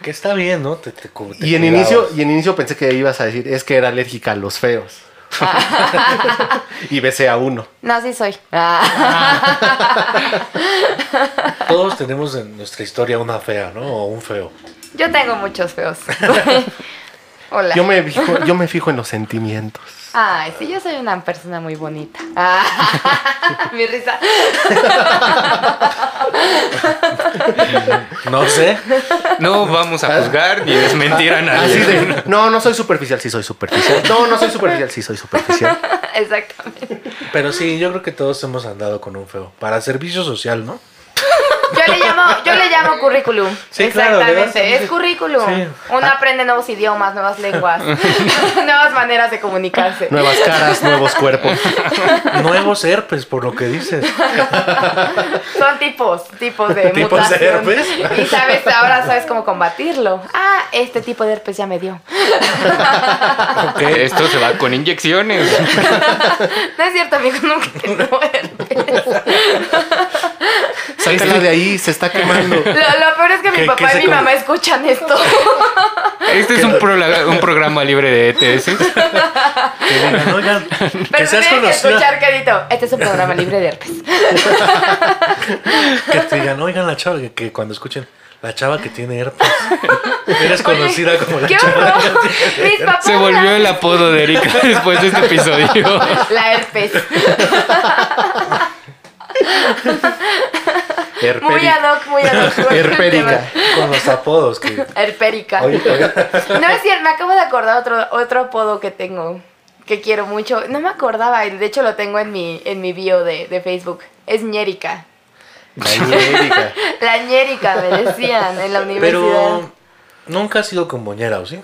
[SPEAKER 2] Que está bien, ¿no? Te, te cu- te
[SPEAKER 3] Y en
[SPEAKER 2] cuidabas.
[SPEAKER 3] inicio, y en inicio pensé que ibas a decir es que era alérgica a los feos.
[SPEAKER 1] Ah.
[SPEAKER 3] y besé a uno.
[SPEAKER 1] No, sí soy. Ah.
[SPEAKER 2] Todos tenemos en nuestra historia una fea, ¿no? O un feo.
[SPEAKER 1] Yo tengo muchos feos. Hola.
[SPEAKER 3] Yo me fijo, yo me fijo en los sentimientos.
[SPEAKER 1] Ay, sí, yo soy una persona muy bonita. Ah, mi risa.
[SPEAKER 2] No sé.
[SPEAKER 4] No vamos a juzgar ni desmentir a
[SPEAKER 2] Ah,
[SPEAKER 4] nadie.
[SPEAKER 3] Ah, Así de, no, no soy superficial, sí soy superficial. No, no soy superficial, sí soy superficial.
[SPEAKER 1] Exactamente.
[SPEAKER 2] Pero sí, yo creo que todos hemos andado con un feo. Para servicio social, ¿no?
[SPEAKER 1] Yo le llamo, yo le llamo currículum.
[SPEAKER 2] Sí, claro, le
[SPEAKER 1] Exactamente.
[SPEAKER 2] das un-
[SPEAKER 1] es currículum.
[SPEAKER 2] Sí.
[SPEAKER 1] Uno aprende nuevos idiomas, nuevas lenguas, nuevas maneras de comunicarse.
[SPEAKER 3] Nuevas caras, nuevos cuerpos.
[SPEAKER 2] Nuevos herpes, por lo que dices.
[SPEAKER 1] Son tipos, tipos de
[SPEAKER 2] ¿Tipos de
[SPEAKER 1] mutación.
[SPEAKER 2] herpes?
[SPEAKER 1] Y sabes, ahora sabes cómo combatirlo. Ah, este tipo de herpes ya me dio.
[SPEAKER 4] Esto se va con inyecciones.
[SPEAKER 1] No es cierto, amigo, nunca tengo herpes.
[SPEAKER 3] Sácala de ahí, se está quemando.
[SPEAKER 1] Lo, lo peor es que mi
[SPEAKER 2] ¿Qué-
[SPEAKER 1] papá
[SPEAKER 2] qué
[SPEAKER 1] y
[SPEAKER 2] se
[SPEAKER 1] mi
[SPEAKER 2] come?
[SPEAKER 1] mamá escuchan esto.
[SPEAKER 4] Este es un, prola- un programa libre de E ETS.
[SPEAKER 2] Que digan, oigan, que
[SPEAKER 1] Pero
[SPEAKER 2] seas
[SPEAKER 1] tienes que
[SPEAKER 2] conocido.
[SPEAKER 1] escuchar, querido. Este es un programa libre de herpes.
[SPEAKER 2] Que te digan, oigan, la chava, que, que cuando escuchen, la chava que tiene herpes. Eres conocida como la
[SPEAKER 1] ¡Qué
[SPEAKER 2] chava.
[SPEAKER 1] horror! Mis papás.
[SPEAKER 4] Se volvió el apodo de Erika después de este episodio.
[SPEAKER 1] La herpes. Muy
[SPEAKER 3] Herperic.
[SPEAKER 1] ad hoc, muy ad hoc.
[SPEAKER 3] Herpérica.
[SPEAKER 2] Con los apodos que.
[SPEAKER 1] Herpérica.
[SPEAKER 2] Oye, oye.
[SPEAKER 1] No es cierto, me acabo de acordar otro, otro apodo que tengo, que quiero mucho. No me acordaba, y de hecho lo tengo en mi, en mi bio de, de Facebook. Es ñérica.
[SPEAKER 3] Herpérica.
[SPEAKER 1] La ñérica, me decían en la universidad.
[SPEAKER 2] Pero nunca has sido con boñera, ¿o sí?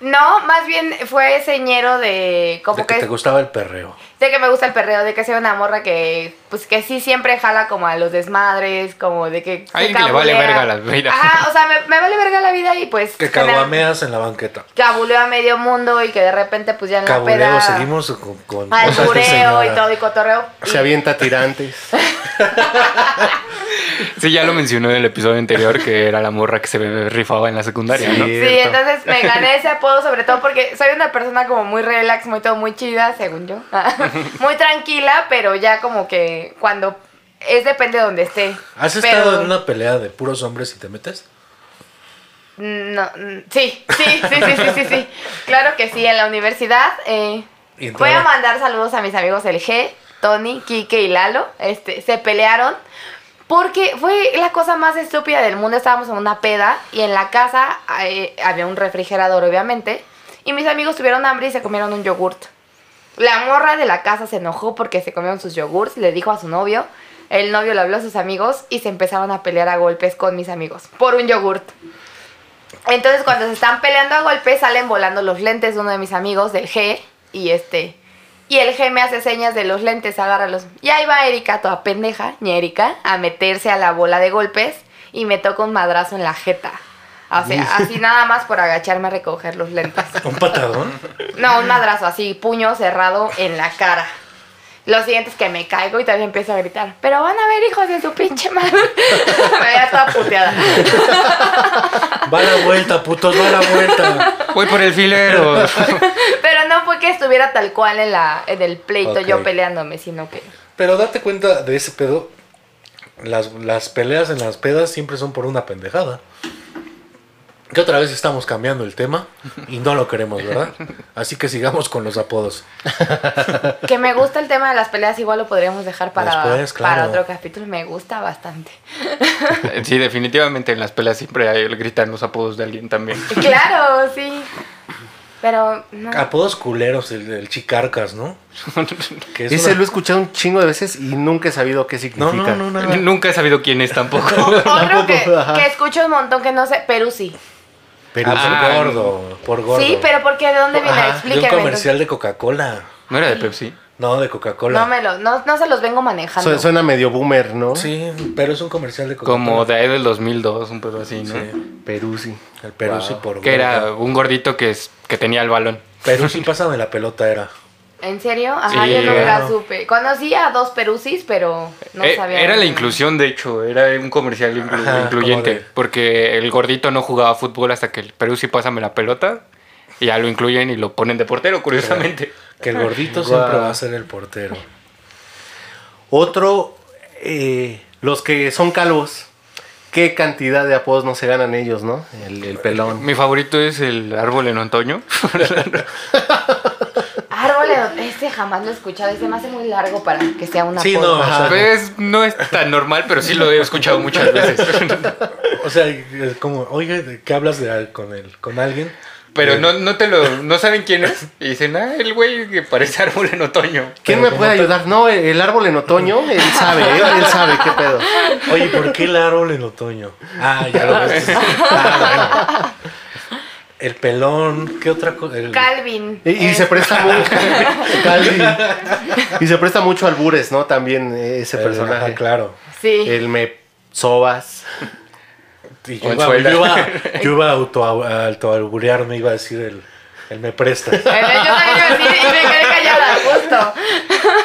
[SPEAKER 1] No, más bien fue señero de como
[SPEAKER 2] De que
[SPEAKER 1] que,
[SPEAKER 2] te gustaba el perreo.
[SPEAKER 1] de que me gusta el perreo, de que soy una morra que pues que sí siempre jala como a los desmadres, como de que se
[SPEAKER 4] Alguien que le vale
[SPEAKER 1] cabulea.
[SPEAKER 4] verga la vida.
[SPEAKER 1] Ajá, o sea, me, me vale verga la vida y pues
[SPEAKER 2] Que
[SPEAKER 1] general-
[SPEAKER 2] caguameas en la banqueta.
[SPEAKER 1] cabuleo a medio mundo y que de repente pues ya en la
[SPEAKER 2] Cabuleo,
[SPEAKER 1] peda
[SPEAKER 2] seguimos con, con
[SPEAKER 1] al
[SPEAKER 2] cosas de
[SPEAKER 1] jureo
[SPEAKER 2] señora.
[SPEAKER 1] y todo y cotorreo.
[SPEAKER 3] Se avienta tirantes.
[SPEAKER 4] Sí, ya lo mencionó en el episodio anterior que era la morra que se rifaba en la secundaria,
[SPEAKER 3] Sí.
[SPEAKER 4] ¿no?
[SPEAKER 1] Sí,
[SPEAKER 3] Cierto.
[SPEAKER 1] entonces me gané ese apodo sobre todo porque soy una persona como muy relax, muy todo, muy chida, según yo. muy tranquila, pero ya como que cuando es depende de donde esté.
[SPEAKER 2] ¿Has
[SPEAKER 1] Pero-
[SPEAKER 2] estado en una pelea de puros hombres y te metes?
[SPEAKER 1] No, mm, sí, sí, sí, sí, sí, sí, sí. Claro que sí, en la universidad. eh,
[SPEAKER 2] Y entraba-
[SPEAKER 1] voy a mandar saludos a mis amigos el G, Tony, Kike y Lalo. Este, se pelearon porque fue la cosa más estúpida del mundo. Estábamos en una peda y en la casa eh, había un refrigerador, obviamente. Y mis amigos tuvieron hambre y se comieron un yogurt. La morra de la casa se enojó porque se comieron sus yogurts, le dijo a su novio. El novio le habló a sus amigos y se empezaron a pelear a golpes con mis amigos por un yogurt. Entonces cuando se están peleando a golpes salen volando los lentes de uno de mis amigos del G y este Y el G me hace señas de los lentes, agárralos. Y ahí va Erika, toda pendeja, ni Erika, a meterse a la bola de golpes y me toca un madrazo en la jeta. O sea, así nada más por agacharme a recoger los lentes.
[SPEAKER 2] Un patadón.
[SPEAKER 1] No, un madrazo así, puño cerrado en la cara. Lo siguiente es que me caigo y también empiezo a gritar. Pero van a ver hijos de su pinche madre. me veía toda puteada.
[SPEAKER 2] Va la vuelta, putos, va la vuelta.
[SPEAKER 4] Voy por el filero.
[SPEAKER 1] Pero no fue que estuviera tal cual en, la, en el pleito yo
[SPEAKER 2] Ok.
[SPEAKER 1] peleándome, sino que...
[SPEAKER 2] Pero date cuenta de ese pedo. Las, las peleas en las pedas siempre son por una pendejada. Que otra vez estamos cambiando el tema y no lo queremos, ¿verdad? Así que sigamos con los apodos.
[SPEAKER 1] Que me gusta el tema de las peleas, igual lo podríamos dejar para,
[SPEAKER 2] Después, claro.
[SPEAKER 1] para otro capítulo. Me gusta bastante.
[SPEAKER 4] Sí, definitivamente en las pelas siempre hay, gritan los apodos de alguien también.
[SPEAKER 1] Claro, sí. Pero no.
[SPEAKER 2] Apodos culeros, el, el chicarcas, ¿no? Que es
[SPEAKER 3] Ese
[SPEAKER 2] una-
[SPEAKER 3] lo he escuchado un chingo de veces y nunca he sabido qué significa.
[SPEAKER 2] No, no, no, nada.
[SPEAKER 4] Nunca he sabido quién es tampoco.
[SPEAKER 1] Otro que,
[SPEAKER 3] tampoco, ajá.
[SPEAKER 1] que escucho un montón que no sé, Perú sí.
[SPEAKER 3] Pero
[SPEAKER 2] Ah, por
[SPEAKER 4] Ah,
[SPEAKER 2] gordo, por gordo.
[SPEAKER 1] Sí, pero porque de dónde viene,
[SPEAKER 2] Ajá, de un
[SPEAKER 1] explíquenme.
[SPEAKER 2] comercial de Coca-Cola.
[SPEAKER 4] ¿No era de Pepsi?
[SPEAKER 2] No, de Coca-Cola.
[SPEAKER 1] No me lo, no, no se los vengo manejando.
[SPEAKER 3] su- suena medio boomer, ¿no?
[SPEAKER 2] Sí, pero es un comercial de Coca-Cola.
[SPEAKER 4] Como de ahí del 2002, un pedo así, ¿no?
[SPEAKER 2] Sí, Ah,
[SPEAKER 3] Perú, sí.
[SPEAKER 2] el Perú sí
[SPEAKER 3] Wow.
[SPEAKER 2] por
[SPEAKER 4] Que era
[SPEAKER 2] gordo.
[SPEAKER 4] un gordito que, es- que tenía el balón.
[SPEAKER 2] Perú sí pásame la pelota era.
[SPEAKER 1] ¿En serio? Ajá,
[SPEAKER 4] Sí,
[SPEAKER 1] yo nunca
[SPEAKER 2] claro.
[SPEAKER 1] supe. Conocí a dos perusis, pero no
[SPEAKER 4] Eh,
[SPEAKER 1] sabía.
[SPEAKER 4] era la
[SPEAKER 1] dónde.
[SPEAKER 4] inclusión, de hecho, era un comercial inclu-
[SPEAKER 2] Ajá,
[SPEAKER 4] incluyente.
[SPEAKER 2] como de-
[SPEAKER 4] Porque el gordito no jugaba fútbol hasta que el Perú sí pásame la pelota. Y ya lo incluyen y lo ponen de portero, curiosamente.
[SPEAKER 2] Que el gordito
[SPEAKER 3] Guau.
[SPEAKER 2] siempre va a ser el portero.
[SPEAKER 3] Otro, eh, los que son calvos. ¿Qué cantidad de apodos no se ganan ellos, no? El, el pelón.
[SPEAKER 4] Mi favorito es el árbol en otoño.
[SPEAKER 1] Árbol, de- este jamás lo he escuchado. Este me hace muy largo para que sea una
[SPEAKER 2] Sí, no, o sea,
[SPEAKER 4] Pues no es tan normal, pero sí lo he escuchado muchas veces.
[SPEAKER 2] o sea, es como, oye, ¿de ¿qué hablas de al- con él? ¿Con alguien?
[SPEAKER 4] Pero no, no te lo, no saben quién es. Y dicen, ah, el güey que parece árbol en otoño.
[SPEAKER 2] Pero
[SPEAKER 3] ¿Quién me
[SPEAKER 2] como
[SPEAKER 3] puede
[SPEAKER 2] tal-
[SPEAKER 3] ayudar? No, el, el árbol en otoño, él sabe, él, él sabe qué pedo.
[SPEAKER 2] Oye, ¿por qué el árbol en otoño? Ah, ya lo ves. Ah, El pelón, ¿qué otra cosa? El-
[SPEAKER 1] Calvin.
[SPEAKER 3] Y, y se
[SPEAKER 1] Eh,
[SPEAKER 3] presta mucho. y se presta mucho albures, ¿no? También eh, ese
[SPEAKER 2] el-
[SPEAKER 3] personaje.
[SPEAKER 2] ajá, claro.
[SPEAKER 1] Sí. Eh,
[SPEAKER 3] El me sobas.
[SPEAKER 2] Y
[SPEAKER 4] O
[SPEAKER 2] yo,
[SPEAKER 4] en
[SPEAKER 2] iba,
[SPEAKER 4] suela.
[SPEAKER 2] yo iba- yo iba a auto, a autoalburearme, iba a decir el, el me presta.
[SPEAKER 1] Eh, Yo también iba a decir, y me quedé callada, justo.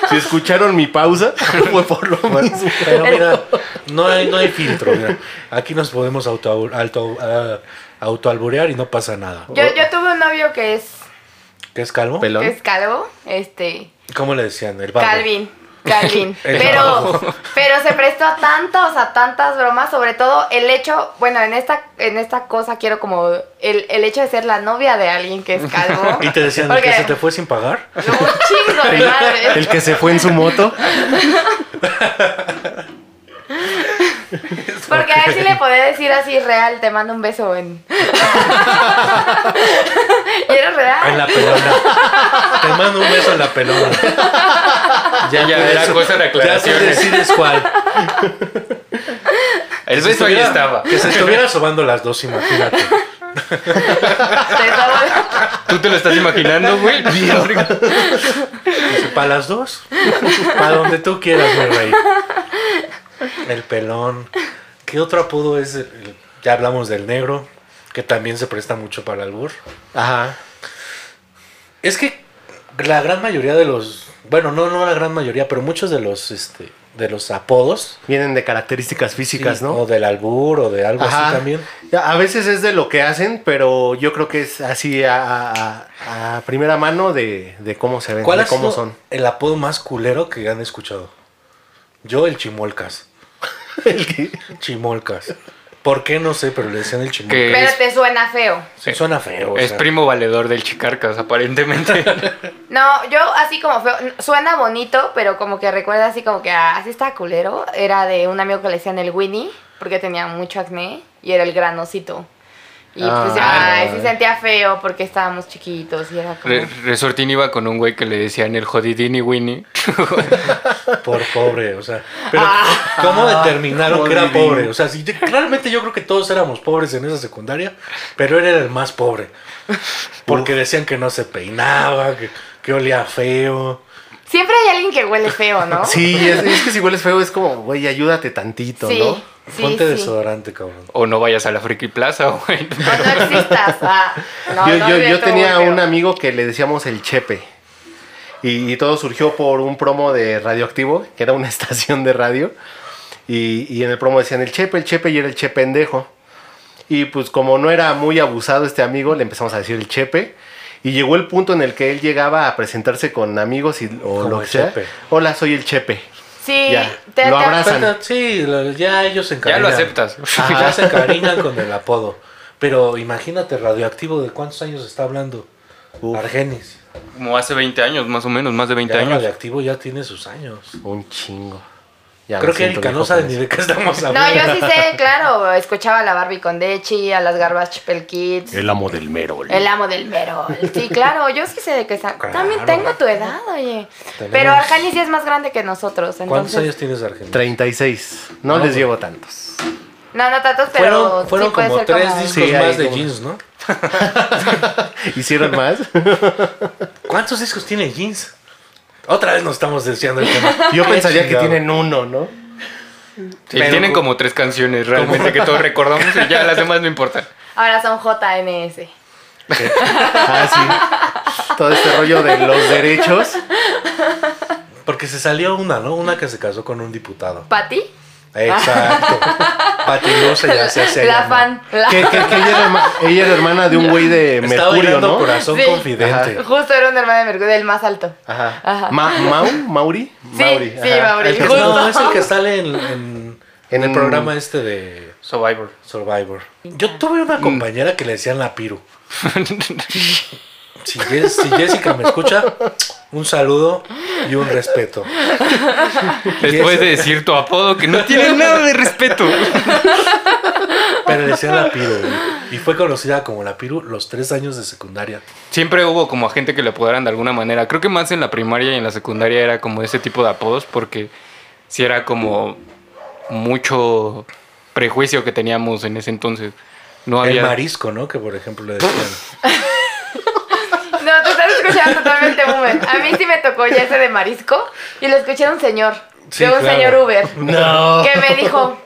[SPEAKER 3] Si escucharon mi pausa, fue por lo mismo.
[SPEAKER 2] Pero mira, no hay, no hay filtro. mira. Aquí nos podemos auto, auto, ah, autoalburear y no pasa nada.
[SPEAKER 1] Yo, yo tuve un novio que es,
[SPEAKER 2] ¿Qué es calvo?
[SPEAKER 3] Pelón.
[SPEAKER 1] que es calvo, este,
[SPEAKER 2] ¿Cómo le decían? El vago.
[SPEAKER 1] Calvin. Calvin.
[SPEAKER 2] El
[SPEAKER 1] Pero,
[SPEAKER 2] vago.
[SPEAKER 1] pero se prestó a tantas, a tantas bromas, sobre todo el hecho, bueno, en esta, en esta cosa quiero como el, el hecho de ser la novia de alguien que es calvo.
[SPEAKER 2] Y te decían el
[SPEAKER 1] Porque-
[SPEAKER 2] que se te fue sin pagar.
[SPEAKER 1] Un chingo de
[SPEAKER 3] El
[SPEAKER 1] madre.
[SPEAKER 3] que se fue en su moto.
[SPEAKER 1] Porque a ver si le podía decir así real, te mando un beso en. y era
[SPEAKER 2] En
[SPEAKER 1] real.
[SPEAKER 2] la pelona. Te mando un beso en la pelona.
[SPEAKER 4] Ya, ya, era
[SPEAKER 2] Eso-
[SPEAKER 4] cosa de
[SPEAKER 2] Ya tú
[SPEAKER 4] aclaraciones.
[SPEAKER 2] decides cuál.
[SPEAKER 4] El
[SPEAKER 2] Si
[SPEAKER 4] beso ahí
[SPEAKER 2] estuviera-
[SPEAKER 4] estaba.
[SPEAKER 2] Que se estuviera sobando las dos, imagínate.
[SPEAKER 1] Te estaba-
[SPEAKER 4] ¿Tú te lo estás imaginando, güey?
[SPEAKER 2] Para las dos. Para donde tú quieras, mi rey. El pelón. ¿Qué otro apodo es? el- el- ya hablamos del negro, que también se presta mucho para el albur.
[SPEAKER 3] Ajá.
[SPEAKER 2] Es que la gran mayoría de los. Bueno, no, no la gran mayoría, pero muchos de los este, de los apodos.
[SPEAKER 3] Vienen de características físicas,
[SPEAKER 2] sí,
[SPEAKER 3] ¿no?
[SPEAKER 2] O del albur o de algo
[SPEAKER 3] Ajá.
[SPEAKER 2] así también.
[SPEAKER 3] A a veces es de lo que hacen, pero yo creo que es así a, a- a primera mano de, de cómo se ven,
[SPEAKER 2] ¿Cuál
[SPEAKER 3] de
[SPEAKER 2] ha
[SPEAKER 3] cómo
[SPEAKER 2] sido
[SPEAKER 3] son.
[SPEAKER 2] el apodo más culero que han escuchado? Yo, el Chimolcas.
[SPEAKER 3] El que-
[SPEAKER 2] Chimolcas. ¿Por qué? No sé, pero le decían el Chimolcas.
[SPEAKER 4] Que
[SPEAKER 1] Pero
[SPEAKER 4] es,
[SPEAKER 1] te suena feo.
[SPEAKER 2] Sí, suena feo. o
[SPEAKER 4] es
[SPEAKER 2] sea.
[SPEAKER 4] primo valedor del Chicarcas, aparentemente.
[SPEAKER 1] No, yo así como feo. Suena bonito, pero como que recuerda así como que ah, así está culero. Era de un amigo que le decían el Winnie, porque tenía mucho acné y era el granosito. Y pues,
[SPEAKER 3] Ah.
[SPEAKER 1] ay, sí sentía feo porque estábamos chiquitos y era como.
[SPEAKER 4] Re- Resortín iba con un güey que le decían el jodidini Winnie.
[SPEAKER 2] Por pobre, o sea. Pero, ¿cómo determinaron que era
[SPEAKER 3] Jodidín.
[SPEAKER 2] pobre? O sea, si yo- claramente yo creo que todos éramos pobres en esa secundaria, pero él era el más pobre. Porque decían que no se peinaba, que, que olía feo.
[SPEAKER 1] Siempre hay alguien que huele feo, ¿no?
[SPEAKER 3] Sí, es, es que si hueles feo es como, güey, ayúdate tantito,
[SPEAKER 1] Sí,
[SPEAKER 3] ¿no?
[SPEAKER 1] sí,
[SPEAKER 2] Ponte
[SPEAKER 1] sí.
[SPEAKER 2] desodorante, cabrón.
[SPEAKER 4] O no vayas a la Friki Plaza, güey.
[SPEAKER 1] O no existas. ah, no,
[SPEAKER 3] yo,
[SPEAKER 1] no,
[SPEAKER 3] yo-
[SPEAKER 1] de
[SPEAKER 3] yo
[SPEAKER 1] todo
[SPEAKER 3] tenía
[SPEAKER 1] huele
[SPEAKER 3] un
[SPEAKER 1] feo.
[SPEAKER 3] amigo que le decíamos el Chepe. Y, y todo surgió por un promo de Radioactivo, que era una estación de radio. Y, y en el promo decían el Chepe, el Chepe, y era el Che pendejo. Y pues como no era muy abusado este amigo, le empezamos a decir el Chepe. Y llegó el punto en el que él llegaba a presentarse con amigos y, o
[SPEAKER 2] Como
[SPEAKER 3] lo que
[SPEAKER 2] el
[SPEAKER 3] sea.
[SPEAKER 2] Chepe.
[SPEAKER 3] Hola, soy el Chepe.
[SPEAKER 1] Sí,
[SPEAKER 3] Ya,
[SPEAKER 1] te,
[SPEAKER 3] lo
[SPEAKER 1] te-
[SPEAKER 3] abrazas. Pasan.
[SPEAKER 2] Pero sí, lo- ya ellos se
[SPEAKER 4] Ya
[SPEAKER 2] encariñan.
[SPEAKER 4] lo aceptas.
[SPEAKER 2] Ajá, ya se encariñan con el apodo. Pero imagínate, radioactivo, ¿de cuántos años está hablando?
[SPEAKER 3] Uf.
[SPEAKER 2] Argenis.
[SPEAKER 4] Como hace 20 años, más o menos, más de 20
[SPEAKER 2] Ya
[SPEAKER 4] años.
[SPEAKER 2] radioactivo ya tiene sus años.
[SPEAKER 3] Un chingo. Ya
[SPEAKER 2] Creo que
[SPEAKER 3] me siento
[SPEAKER 2] Erika no
[SPEAKER 3] viejo
[SPEAKER 2] sabe
[SPEAKER 3] con
[SPEAKER 2] ni
[SPEAKER 3] eso.
[SPEAKER 2] de qué estamos hablando.
[SPEAKER 1] No, yo sí sé, claro. Escuchaba a la Barbie Condechi, a las Garbage Pel Kids.
[SPEAKER 3] El amo del Merol.
[SPEAKER 1] El amo del Merol. Sí, claro, yo sí sé de qué sa-
[SPEAKER 2] Claro.
[SPEAKER 1] También tengo tu edad, oye.
[SPEAKER 2] Tenemos-
[SPEAKER 1] Pero Arjani sí es más grande que nosotros,
[SPEAKER 2] ¿Cuántos
[SPEAKER 1] entonces.
[SPEAKER 2] años tienes, Argenis?
[SPEAKER 3] 36.
[SPEAKER 2] No,
[SPEAKER 3] No, les
[SPEAKER 2] güey.
[SPEAKER 3] llevo tantos.
[SPEAKER 1] No, no tantos, pero
[SPEAKER 2] Fueron, fueron
[SPEAKER 1] sí puede
[SPEAKER 2] como
[SPEAKER 1] ser
[SPEAKER 2] tres
[SPEAKER 1] como-
[SPEAKER 2] discos
[SPEAKER 3] Sí, ahí
[SPEAKER 2] más de
[SPEAKER 3] como-
[SPEAKER 2] jeans, ¿no?
[SPEAKER 3] ¿Hicieron más?
[SPEAKER 2] ¿Cuántos discos tiene jeans? Otra vez nos estamos desviando el tema.
[SPEAKER 3] Yo
[SPEAKER 2] Qué
[SPEAKER 3] pensaría que
[SPEAKER 2] chingado.
[SPEAKER 3] tienen uno, ¿no?
[SPEAKER 4] Sí,
[SPEAKER 3] Pero-
[SPEAKER 4] tienen como tres canciones realmente que todos recordamos y ya las demás no importan.
[SPEAKER 1] Ahora son JNS.
[SPEAKER 3] Ah, sí. Todo este rollo de los derechos.
[SPEAKER 2] Porque se salió una, ¿no? Una que se casó con un diputado.
[SPEAKER 1] ¿Pati?
[SPEAKER 2] Exacto. Patilosa ya se hace
[SPEAKER 1] Ah. La fan. la-
[SPEAKER 3] Que, que- que ella, era herma- ella era hermana de un güey de
[SPEAKER 2] Estaba
[SPEAKER 3] Mercurio,
[SPEAKER 2] bailando
[SPEAKER 3] ¿no?
[SPEAKER 2] corazón
[SPEAKER 1] Sí.
[SPEAKER 2] confidente.
[SPEAKER 1] Justo era una hermana de Mercurio, del más alto.
[SPEAKER 3] Ajá.
[SPEAKER 1] Ajá.
[SPEAKER 3] Ma- ¿Mau? ¿Mauri?
[SPEAKER 1] Sí, sí,
[SPEAKER 3] ajá.
[SPEAKER 1] Mauri.
[SPEAKER 3] El que-
[SPEAKER 1] Justo.
[SPEAKER 2] No, es el que sale en, en- en el
[SPEAKER 3] Mm.
[SPEAKER 2] programa este de
[SPEAKER 4] Survivor.
[SPEAKER 2] Survivor.
[SPEAKER 1] Ah.
[SPEAKER 2] Yo tuve una compañera que le decían la piru. Si, Jess- si Jessica me escucha, un saludo y un respeto.
[SPEAKER 4] Después de decir tu apodo que no tiene nada de respeto.
[SPEAKER 2] Pero le decían la piru. güey. Y fue conocida como la piru los tres años de secundaria.
[SPEAKER 4] Siempre hubo como a gente que le apodaran de alguna manera. Creo que más en la primaria y en la secundaria era como ese tipo de apodos porque si era como mucho prejuicio que teníamos en ese entonces. No
[SPEAKER 2] El
[SPEAKER 4] había...
[SPEAKER 2] marisco, ¿no? Que por ejemplo le decían.
[SPEAKER 1] No, tú estás escuchando totalmente Uber. A mí sí me tocó ya ese de marisco y lo escuché a un señor.
[SPEAKER 2] Sí,
[SPEAKER 1] de un
[SPEAKER 2] claro.
[SPEAKER 1] señor Uber.
[SPEAKER 3] No.
[SPEAKER 1] que me dijo,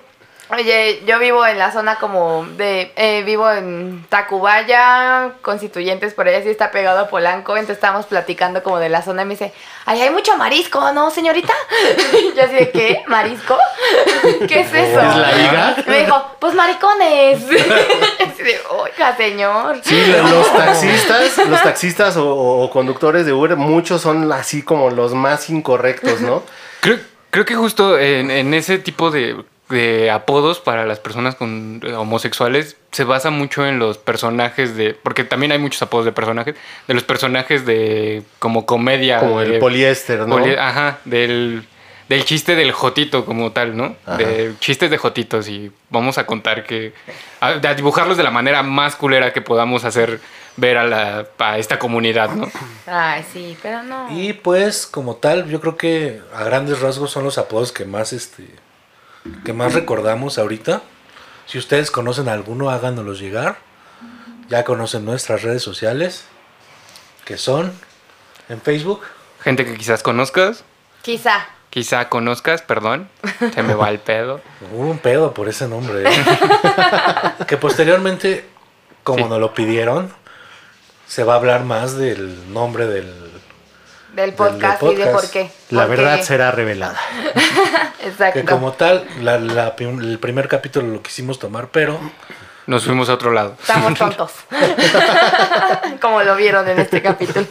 [SPEAKER 1] oye, yo vivo en la zona como de, eh, vivo en Tacubaya, Constituyentes, por allá sí está pegado a Polanco, entonces estábamos platicando como de la zona y me dice, ay, hay mucho marisco, ¿no, señorita? Y yo así de, ¿qué? ¿Marisco? ¿Qué es eso?
[SPEAKER 3] ¿Es la liga?
[SPEAKER 1] Y Me dijo, pues maricones. Y yo así de, oiga, señor.
[SPEAKER 3] Sí, lo- los taxistas, los taxistas o, o conductores de Uber, muchos son así como los más incorrectos, ¿no?
[SPEAKER 4] Creo, creo que justo en, en ese tipo de, de apodos para las personas con, homosexuales se basa mucho en los personajes de... Porque también hay muchos apodos de personajes. De los personajes de como comedia.
[SPEAKER 3] Como el
[SPEAKER 4] de-
[SPEAKER 3] poliéster, ¿no?
[SPEAKER 4] Poli- ajá, del, del chiste del jotito como tal, ¿no?
[SPEAKER 3] Ajá.
[SPEAKER 4] De chistes de jotitos y vamos a contar que... A, a dibujarlos de la manera más culera que podamos hacer ver a, la, a esta comunidad, ¿no?
[SPEAKER 1] Ay, sí, pero no.
[SPEAKER 2] Y pues, como tal, yo creo que a grandes rasgos son los apodos que más este que más recordamos ahorita. Si ustedes conocen alguno, háganoslos llegar. Ya conocen nuestras redes sociales, que son en Facebook.
[SPEAKER 4] Gente que quizás conozcas,
[SPEAKER 1] Quizá.
[SPEAKER 4] quizá conozcas, perdón, se me va el pedo.
[SPEAKER 2] Hubo un pedo por ese nombre. ¿eh? que posteriormente, como
[SPEAKER 4] Sí.
[SPEAKER 2] nos lo pidieron, se va a hablar más del nombre del...
[SPEAKER 1] Del
[SPEAKER 2] Del- del
[SPEAKER 1] podcast, y de por
[SPEAKER 2] podcast.
[SPEAKER 1] qué.
[SPEAKER 3] La
[SPEAKER 1] Porque-
[SPEAKER 3] verdad será revelada.
[SPEAKER 1] Exacto.
[SPEAKER 2] Que como tal, la- la prim- el primer capítulo lo quisimos tomar, pero
[SPEAKER 4] Nos fuimos a otro lado.
[SPEAKER 1] Estamos tontos. Como lo vieron en este capítulo.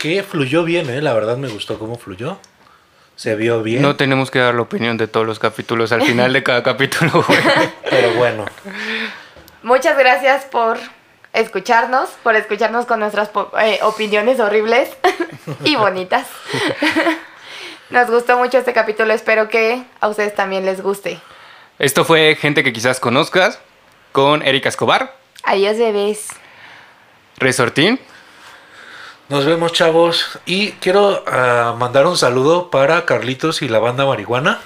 [SPEAKER 2] Que fluyó bien, ¿eh? La verdad me gustó cómo fluyó. Se vio bien.
[SPEAKER 4] No tenemos que dar la opinión de todos los capítulos al final de cada capítulo, güey.
[SPEAKER 2] Pero bueno,
[SPEAKER 1] Muchas gracias por escucharnos, por escucharnos con nuestras po- eh, opiniones horribles y bonitas. Nos gustó mucho este capítulo, espero que a ustedes también les guste.
[SPEAKER 4] Esto fue Gente que quizás conozcas con Erika Escobar,
[SPEAKER 1] Adiós bebés.
[SPEAKER 4] Resortín.
[SPEAKER 2] nos vemos, chavos. Y quiero ah, mandar un saludo para Carlitos y la banda marihuana.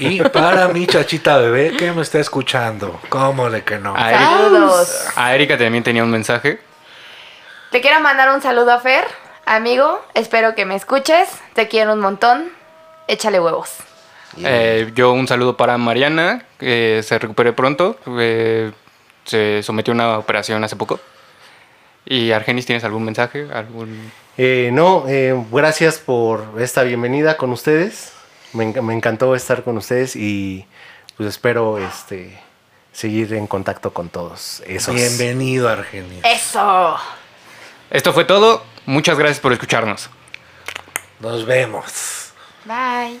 [SPEAKER 2] y para mi chachita bebé que me está escuchando. ¿Cómo de que no?
[SPEAKER 4] A, Eri-
[SPEAKER 1] Saludos.
[SPEAKER 4] a Erika también tenía un mensaje.
[SPEAKER 1] Te quiero mandar un saludo a Fer, Amigo, espero que me escuches. Te quiero un montón. Échale huevos.
[SPEAKER 4] Eh, yo un saludo para Mariana, que se recupere pronto. eh, se sometió a una operación hace poco. Y Argenis, ¿tienes algún mensaje? ¿Algún...
[SPEAKER 3] Eh, no, eh, gracias por esta bienvenida con ustedes. Me, enc- me encantó estar con ustedes y pues espero este seguir en contacto con todos esos.
[SPEAKER 2] Bienvenido, Argenio.
[SPEAKER 1] Eso.
[SPEAKER 4] Esto fue todo. Muchas gracias por escucharnos.
[SPEAKER 2] Nos vemos.
[SPEAKER 1] Bye.